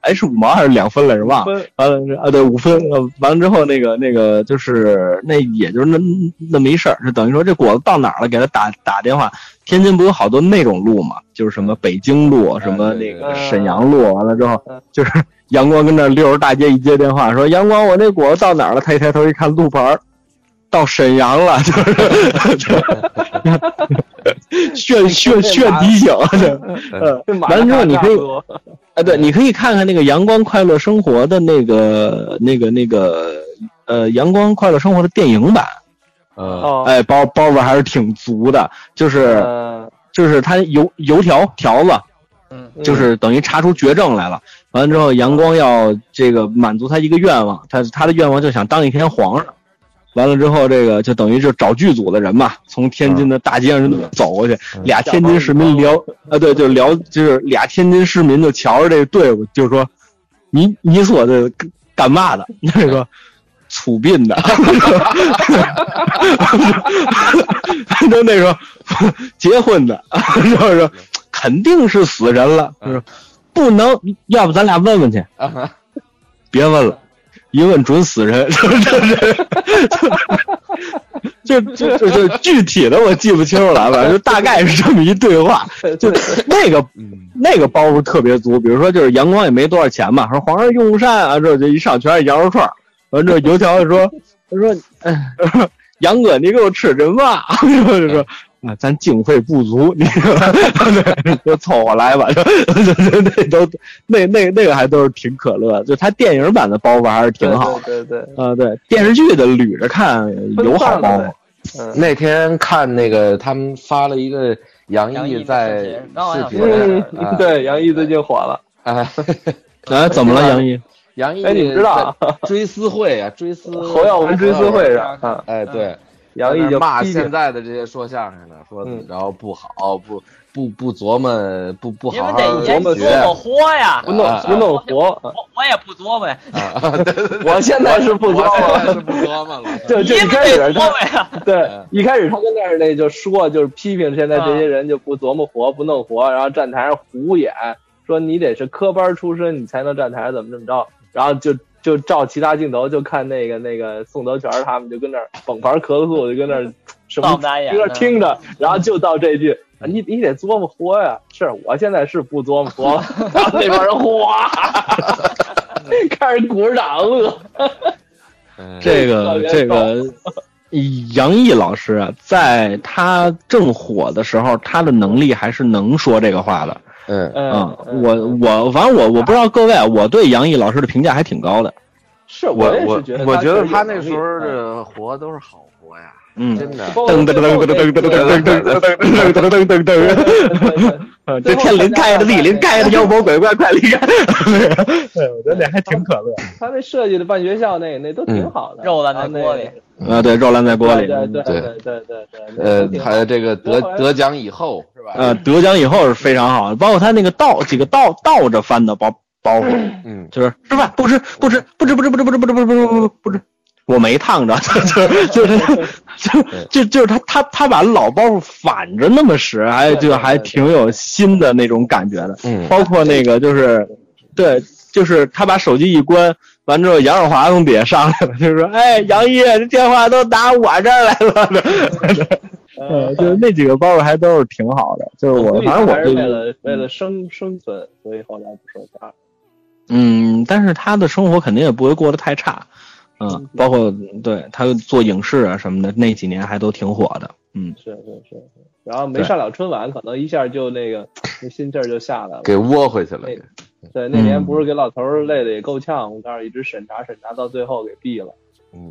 Speaker 2: 哎是五毛还是两分来着忘了。
Speaker 6: 分
Speaker 2: 完了是啊，对五分，呃完了之后那个那个就是那也就是那那么一事儿，就等于说这果子到哪儿了，给他打打电话。天津不有好多那种路嘛，就是什么北京路，什么那个沈阳路，完了之后 就是阳光跟那儿溜着大街一接电话，说阳光我那果子到哪儿了？他一抬头一看路牌儿。到沈阳了，就是 炫炫炫提醒， 就是嗯，完了之后你可以啊，对，你可以看看那个《阳光快乐生活》的那个、那个、那个，呃，《阳光快乐生活》的电影版，
Speaker 5: 呃
Speaker 6: 哦，
Speaker 2: 哎，包包袱还是挺足的，就是
Speaker 6: 嗯，
Speaker 2: 就是他油油条条子，
Speaker 3: 嗯，
Speaker 6: 嗯
Speaker 2: 就是等于查出绝症来了。完了之后，阳光要这个满足他一个愿望，他他的愿望就想当一天皇上。完了之后，这个就等于就找剧组的人嘛，从天津的大街上就走过去，
Speaker 5: 嗯
Speaker 2: 俩天津市民聊啊，对，就聊就是俩天津市民就瞧着这个队伍，就说你你所的干嘛的？ 那个处病的， 就那个结婚的， 然后说肯定是死人了，就是不能，要不咱俩问问去，别问了。一问准死人， 就就就就具体的我记不清楚了，反正就大概是这么一对话。就那个
Speaker 5: 嗯
Speaker 2: 那个包袱特别足，比如说就是阳光也没多少钱嘛，说皇上用膳啊，这就一上全是羊肉串儿，完之后油条就说，他说，哎，杨哥你给我吃什么啊？然后 就说。啊，咱经费不足，你知道吧 对，就凑合来吧，就就就那都那那那个还都是挺可乐的，就他电影版的包袱还是挺好的
Speaker 6: 对对对，
Speaker 2: 啊、对，电视剧的捋着看有好包袱，
Speaker 6: 嗯，
Speaker 5: 那天看那个他们发了一个杨
Speaker 3: 杨
Speaker 5: 毅
Speaker 3: 毅
Speaker 5: 在
Speaker 3: 的视频刚好
Speaker 5: 视
Speaker 3: 像
Speaker 5: 频
Speaker 3: 说
Speaker 5: 的
Speaker 3: 是
Speaker 5: 事
Speaker 6: 嗯
Speaker 5: 儿，啊，
Speaker 6: 对，杨毅最近火了，
Speaker 5: 哎，
Speaker 2: 啊，怎么了，杨毅？
Speaker 5: 杨毅
Speaker 6: 哎，你知道啊，
Speaker 5: 在追思会啊，追思
Speaker 6: 侯耀文追思会上啊，
Speaker 5: 哎，对，
Speaker 6: 杨毅
Speaker 5: 在那
Speaker 6: 就
Speaker 5: 骂
Speaker 6: 批
Speaker 5: 现
Speaker 6: 评
Speaker 5: 在的这些说相声的，说
Speaker 6: 嗯
Speaker 5: 然后不好，不不不琢磨，不不
Speaker 3: 你
Speaker 5: 好
Speaker 3: 们
Speaker 5: 好
Speaker 3: 得
Speaker 5: 琢
Speaker 3: 研
Speaker 5: 磨哎
Speaker 3: 琢
Speaker 5: 学
Speaker 3: 磨活呀，
Speaker 6: 不弄
Speaker 5: 啊
Speaker 6: 不弄活，啊
Speaker 3: 我我也不琢磨呀，
Speaker 5: 啊，对对对，
Speaker 6: 我现在是不琢磨
Speaker 5: 我现在
Speaker 6: 了，
Speaker 5: 是不琢磨 了，
Speaker 6: 就
Speaker 3: 你
Speaker 6: 就一
Speaker 3: 们
Speaker 6: 开
Speaker 3: 得
Speaker 6: 始
Speaker 3: 琢
Speaker 6: 他
Speaker 3: 磨呀。
Speaker 6: 对一开始他跟那儿那就说就是批评现在这些人就不琢磨活不弄活，然后站台上胡演说你得是科班出身你才能站台上怎么怎么着，然后就就照其他镜头就看那个那个宋德全他们就跟那儿捧盘咳嗽就跟那儿 什
Speaker 3: 瞪
Speaker 6: 么
Speaker 3: 不大眼嗯
Speaker 6: 搁那
Speaker 3: 呢
Speaker 6: 听着，然后就到这句， 啊你你得琢 磨活呀、是我现在是不琢磨活，然后那帮人哗，开始鼓着掌乐。
Speaker 5: 嗯
Speaker 2: 这个
Speaker 6: 特别
Speaker 2: 这个杨毅老师啊，在他正火的时候，他的能力还是能说这个话的。
Speaker 5: 嗯，
Speaker 2: 嗯
Speaker 6: 嗯，，
Speaker 2: 我我反正我我不知道各位，我对杨毅老师的评价还挺高的。
Speaker 6: 是
Speaker 5: 我
Speaker 6: 也
Speaker 5: 我
Speaker 6: 是觉得，
Speaker 5: 我觉
Speaker 6: 得
Speaker 5: 得他那时候
Speaker 6: 嗯
Speaker 5: 的活都是好活呀，
Speaker 2: 嗯，
Speaker 5: 真的。
Speaker 6: 包括
Speaker 2: 噔噔噔
Speaker 6: 最后
Speaker 2: 噔噔噔噔噔
Speaker 6: 那个
Speaker 2: 噔噔噔噔噔噔噔噔噔，这天灵盖的地灵盖的妖魔鬼怪快离开！对，我觉得那还挺可乐。
Speaker 6: 他那设计的办学校那那都挺好的，
Speaker 3: 肉烂在锅里
Speaker 6: 然后
Speaker 2: 啊，对，肉烂在锅
Speaker 6: 那。
Speaker 2: 里。
Speaker 6: 对对
Speaker 5: 对
Speaker 6: 对对对对，那
Speaker 5: 呃
Speaker 6: 都，挺好
Speaker 5: 他这个得
Speaker 6: 我后来
Speaker 5: 得奖以后嗯是吧？
Speaker 2: 呃，得奖以后是非常好的，包括他那个倒几个倒倒着翻的包包袱，
Speaker 5: 嗯，
Speaker 2: 就是吃饭不吃不吃不吃不吃不吃不吃不吃不吃不吃不吃，我没烫着， 就是就是就就就是他他他把老包袱反着那么使，还就还挺有新的那种感觉的。
Speaker 5: 嗯
Speaker 2: 包括那个就是，对，就是他把手机一关，完之后杨少华从底下上来了，就是说，哎，杨毅，这电话都打我这儿来了。
Speaker 6: 嗯
Speaker 2: 嗯，就是那几个包袱还都是挺好的，就是我
Speaker 6: 呃估计
Speaker 2: 反正我
Speaker 6: 还是
Speaker 2: 对
Speaker 6: 为了为了生生存，所以后来不说相声。
Speaker 2: 嗯，但是他的生活肯定也不会过得太差，嗯
Speaker 6: 嗯，
Speaker 2: 包括对他做影视啊什么的，那几年还都挺火的，嗯，
Speaker 6: 是是是，是然后没
Speaker 2: 对
Speaker 6: 上了春晚，可能一下就那个那心气儿就下来了。
Speaker 5: 给窝回去了。
Speaker 6: 那对，那
Speaker 2: 嗯
Speaker 6: 年不是给老头儿累的也够呛，我告诉你，一直审查审查到最后给毙了。
Speaker 5: 嗯，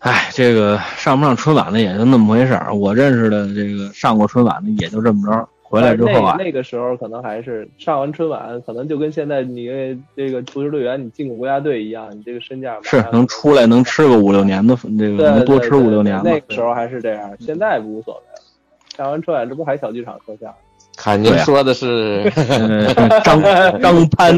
Speaker 2: 哎，这个上不上春晚的也就那么回事儿，我认识的这个上过春晚的也就这么着，回来之后啊
Speaker 6: 但是，那那个时候可能还是上完春晚，可能就跟现在你这个足球队员你进国家队一样，你这个身价马上
Speaker 2: 是能出来能吃个五六年的，这
Speaker 6: 对
Speaker 2: 个能多
Speaker 6: 对
Speaker 2: 吃五六
Speaker 6: 对
Speaker 2: 年
Speaker 6: 那
Speaker 2: 了。
Speaker 6: 个时候还是这样，现在无所谓了。上完春晚，这不还小剧场说相声？
Speaker 5: 看您
Speaker 2: 对啊
Speaker 5: 说的是，
Speaker 2: 呃，张 张潘，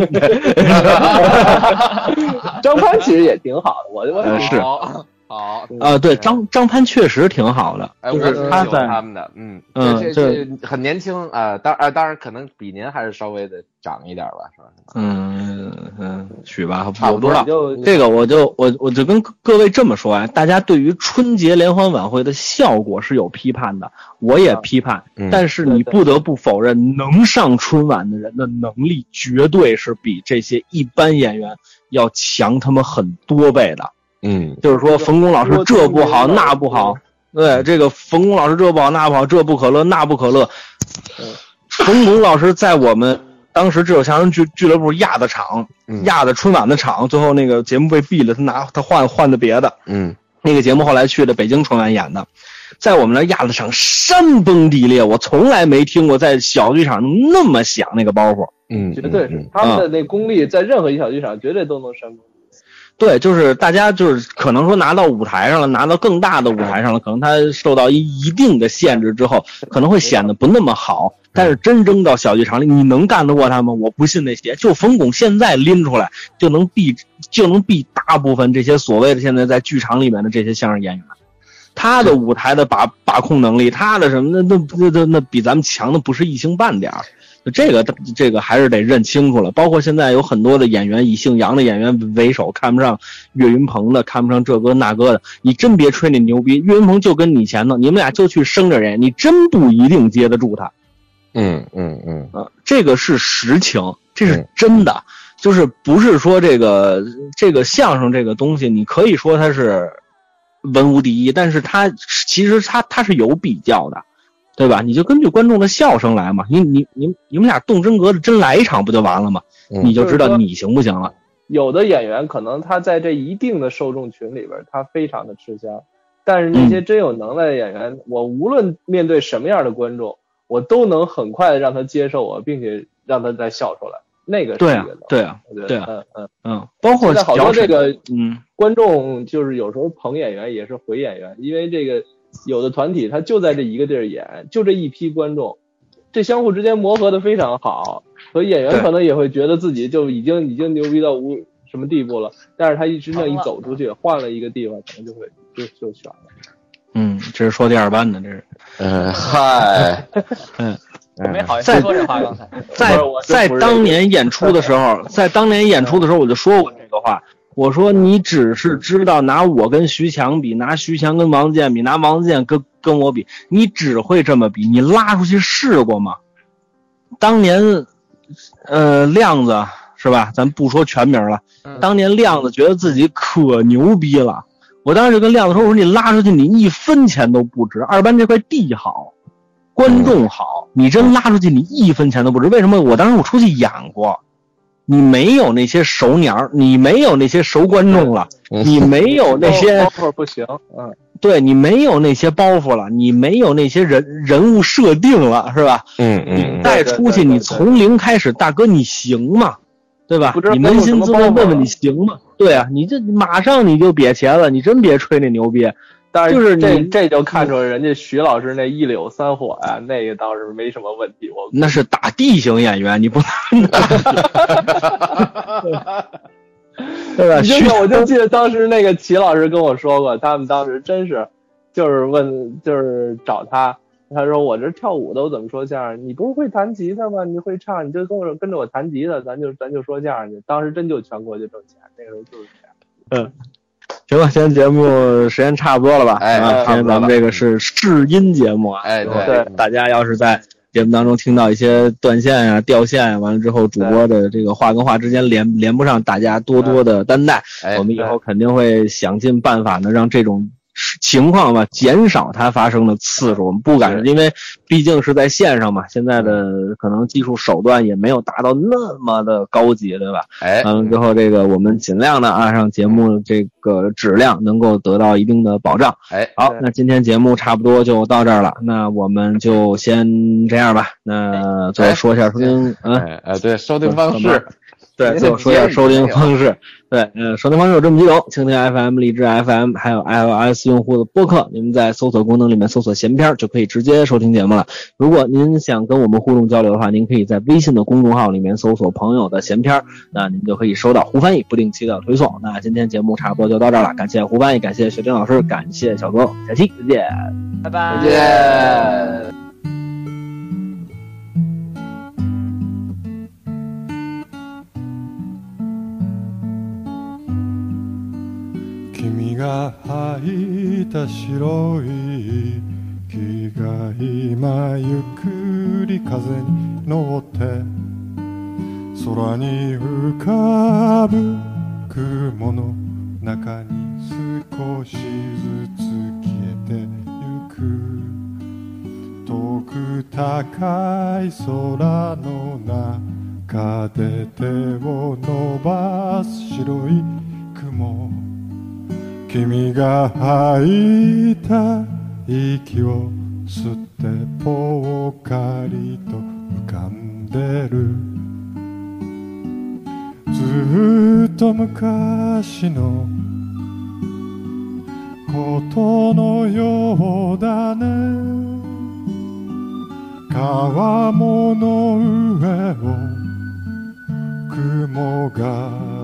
Speaker 6: 张帆其实也挺好的，我我
Speaker 2: 呃是
Speaker 5: 好好，
Speaker 2: 啊，对，张张潘确实挺好的，
Speaker 5: 哎，
Speaker 2: 就
Speaker 5: 我
Speaker 2: 是
Speaker 5: 是
Speaker 2: 他
Speaker 5: 有
Speaker 2: 在
Speaker 5: 他们的，嗯，
Speaker 2: 嗯
Speaker 5: 这这这很年轻啊，当啊当然可能比您还是稍微的长一点吧，是吧？
Speaker 2: 嗯嗯，许吧，
Speaker 5: 差
Speaker 2: 我
Speaker 5: 不
Speaker 2: 不
Speaker 5: 多
Speaker 2: 知道
Speaker 6: 你。就
Speaker 2: 这个我就我我就跟各位这么说啊，大家对于春节联欢晚会的效果是有批判的，我也批判，
Speaker 5: 嗯
Speaker 2: 但是你不得不否认，能上春晚的人的能力绝对是比这些一般演员要强他们很多倍的。
Speaker 5: 嗯
Speaker 2: 就是说，冯巩老师
Speaker 6: 多
Speaker 2: 这不好
Speaker 6: 多
Speaker 2: 那不好，对，这个冯巩老师这不好那不好，这不可乐那不可乐
Speaker 6: 嗯。
Speaker 2: 冯巩老师在我们当时这首相声俱俱乐部压的场，
Speaker 5: 嗯
Speaker 2: 压的春晚的场，最后那个节目被毙了，他拿他换换的别的。
Speaker 5: 嗯
Speaker 2: 那个节目后来去了北京春晚演的，在我们那儿压的场山崩地裂，我从来没听过在小剧场那么响那个包袱。
Speaker 5: 嗯，
Speaker 6: 绝对是
Speaker 5: 嗯
Speaker 6: 他们的那功力，在任何一小剧场绝对都能上功。
Speaker 2: 对，就是大家就是可能说拿到舞台上了，拿到更大的舞台上了，可能他受到一一定的限制之后，可能会显得不那么好。但是真扔到小剧场里，你能干得过他们？我不信那些。就冯巩现在拎出来，就能避就能避大部分这些所谓的现在在剧场里面的这些相声演员。他的舞台的把把控能力，他的什么那那那那那比咱们强的不是一星半点儿。这个这个还是得认清楚了。包括现在有很多的演员，以姓杨的演员为首，看不上岳云鹏的，看不上这个那个的。你真别吹那牛逼，岳云鹏就跟你以前的，你们俩就去生着人，你真不一定接得住他
Speaker 5: 嗯嗯嗯
Speaker 2: 啊。这个是实情，这是
Speaker 5: 嗯
Speaker 2: 真的，就是不是说这个这个相声这个东西，你可以说它是文无第一，但是它其实它它是有比较的。对吧？你就根据观众的笑声来嘛。你你你你们俩动真格的，真来一场不就完了吗？
Speaker 5: 嗯
Speaker 2: 你就知
Speaker 6: 就是
Speaker 2: 道
Speaker 6: 说
Speaker 2: 你行不行了。
Speaker 6: 有的演员可能他在这一定的受众群里边，他非常的吃香，但是那些
Speaker 2: 嗯
Speaker 6: 真有能耐的演员，我无论面对什么样的观众，我都能很快的让他接受我，并且让他再笑出来。那个是
Speaker 2: 对
Speaker 6: 一
Speaker 2: 啊
Speaker 6: 个能，
Speaker 2: 对啊，
Speaker 6: 我觉得
Speaker 2: 对啊
Speaker 6: 嗯嗯，
Speaker 2: 嗯，包括
Speaker 6: 现在好多
Speaker 2: 小
Speaker 6: 这
Speaker 2: 沈
Speaker 6: 个
Speaker 2: 嗯，
Speaker 6: 观众就是有时候捧演员也是毁演员，因为这个有的团体他就在这一个地儿演，就这一批观众，这相互之间磨合的非常好，所以演员
Speaker 2: 对
Speaker 6: 可能也会觉得自己就已经已经牛逼到无什么地步了，但是他一真正一走出去，换了一个地方，可能就会就就选了。
Speaker 2: 嗯，这是说第二班的，这是
Speaker 5: 嗯，嗨，
Speaker 2: 嗯
Speaker 3: 我没
Speaker 5: 嗯，
Speaker 3: 好意思说这话，刚才
Speaker 2: 在
Speaker 6: 不是我真
Speaker 2: 在
Speaker 6: 不是
Speaker 2: 当年演出的时候，在当年演出的时候我就说过这个话，我说你只是知道拿我跟徐强比，拿徐强跟王健比，拿王健跟跟我比，你只会这么比，你拉出去试过吗？当年，呃，亮子是吧？咱不说全名了
Speaker 3: 嗯。
Speaker 2: 当年亮子觉得自己可牛逼了，我当时就跟亮子说：“我说你拉出去，你一分钱都不值。二班这块地好，观众好，你真拉出去，你一分钱都不值。为什么？我当时我出去演过，你没有那些熟鸟儿，你没有那些熟观众了，
Speaker 5: 嗯
Speaker 2: 你没有那 些
Speaker 4: 包袱不行，嗯，
Speaker 2: 对你没有那些包袱了，你没有那些人人物设定了，是吧？
Speaker 5: 嗯
Speaker 2: 你
Speaker 5: 嗯嗯，
Speaker 2: 再
Speaker 4: 对
Speaker 2: 出去，
Speaker 4: 对
Speaker 2: 你
Speaker 4: 对
Speaker 2: 从零开始，大哥你行吗？对吧
Speaker 4: 不知？道
Speaker 2: 你扪心自问，
Speaker 4: 包
Speaker 2: 问
Speaker 4: 袱
Speaker 2: 问你行吗？对啊，你这马上你就瘪钱了，你真别吹那牛逼。
Speaker 4: 但
Speaker 2: 就是
Speaker 4: 这
Speaker 2: 你
Speaker 4: 这就看出人家徐老师那一柳三火啊，那个倒是没什么问题。我
Speaker 2: 那是打 D 型演员，你不 能 打对吧？
Speaker 4: 你
Speaker 2: 徐
Speaker 4: 就是 我就记得当时那个齐老师跟我说过，他们当时真是就是问就是找他，他说我这跳舞的我怎么说相声？你不是会弹吉他吗？你会唱，你就跟我跟着我弹吉他，咱就咱就说相声去。当时真就全国就挣钱，那个时候就是这样。
Speaker 2: 行吧，今天节目时间差不多了吧？
Speaker 5: 哎
Speaker 2: 啊，
Speaker 5: 差
Speaker 2: 因
Speaker 5: 不
Speaker 2: 为
Speaker 5: 多了
Speaker 2: 咱们这个是试音节目啊，
Speaker 5: 哎对
Speaker 2: 对，大家要是在节目当中听到一些断线啊、掉线啊，完了之后主播的这个话跟话之间连连不上，大家多多的担待。
Speaker 5: 哎
Speaker 2: 我，们以后肯定会想尽办法呢，让这种情况吧减少它发生的次数。我们不敢，
Speaker 5: 是嗯
Speaker 2: 因为毕竟是在线上嘛，现在的可能技术手段也没有达到那么的高级，对吧？
Speaker 5: 哎，
Speaker 2: 完了之后，这个我们尽量的啊，让节目这个质量能够得到一定的保障。
Speaker 5: 哎，
Speaker 2: 好
Speaker 4: 对，
Speaker 2: 那今天节目差不多就到这儿了，那我们就先这样吧。那最后说一下收听，嗯，
Speaker 5: 哎哎，对，收听方
Speaker 2: 怎么
Speaker 5: 式，
Speaker 2: 对，最后说一下收听方式。对，嗯、收听方式有这么几种：蜻蜓 FM、荔枝 FM，还有 iOS 用户的播客。您在搜索功能里面搜索“闲篇”，就可以直接收听节目了。如果您想跟我们互动交流的话，您可以在微信的公众号里面搜索“朋友的闲篇”，那您就可以收到胡翻译不定期的推送。那今天节目差不多就到这儿了，感谢胡翻译，感谢雪丁老师，感谢小哥，下期再见。
Speaker 3: 拜拜。
Speaker 5: 再见。
Speaker 7: 君が履いた白い木が今ゆっくり風に乗って空に浮かぶ雲の中に少しずつ消えてゆく遠く高い空の中で手を伸ばす白い雲君が吐いた息を吸ってぽっかりと浮かんでるずっと昔のことのようだね川もの上を雲が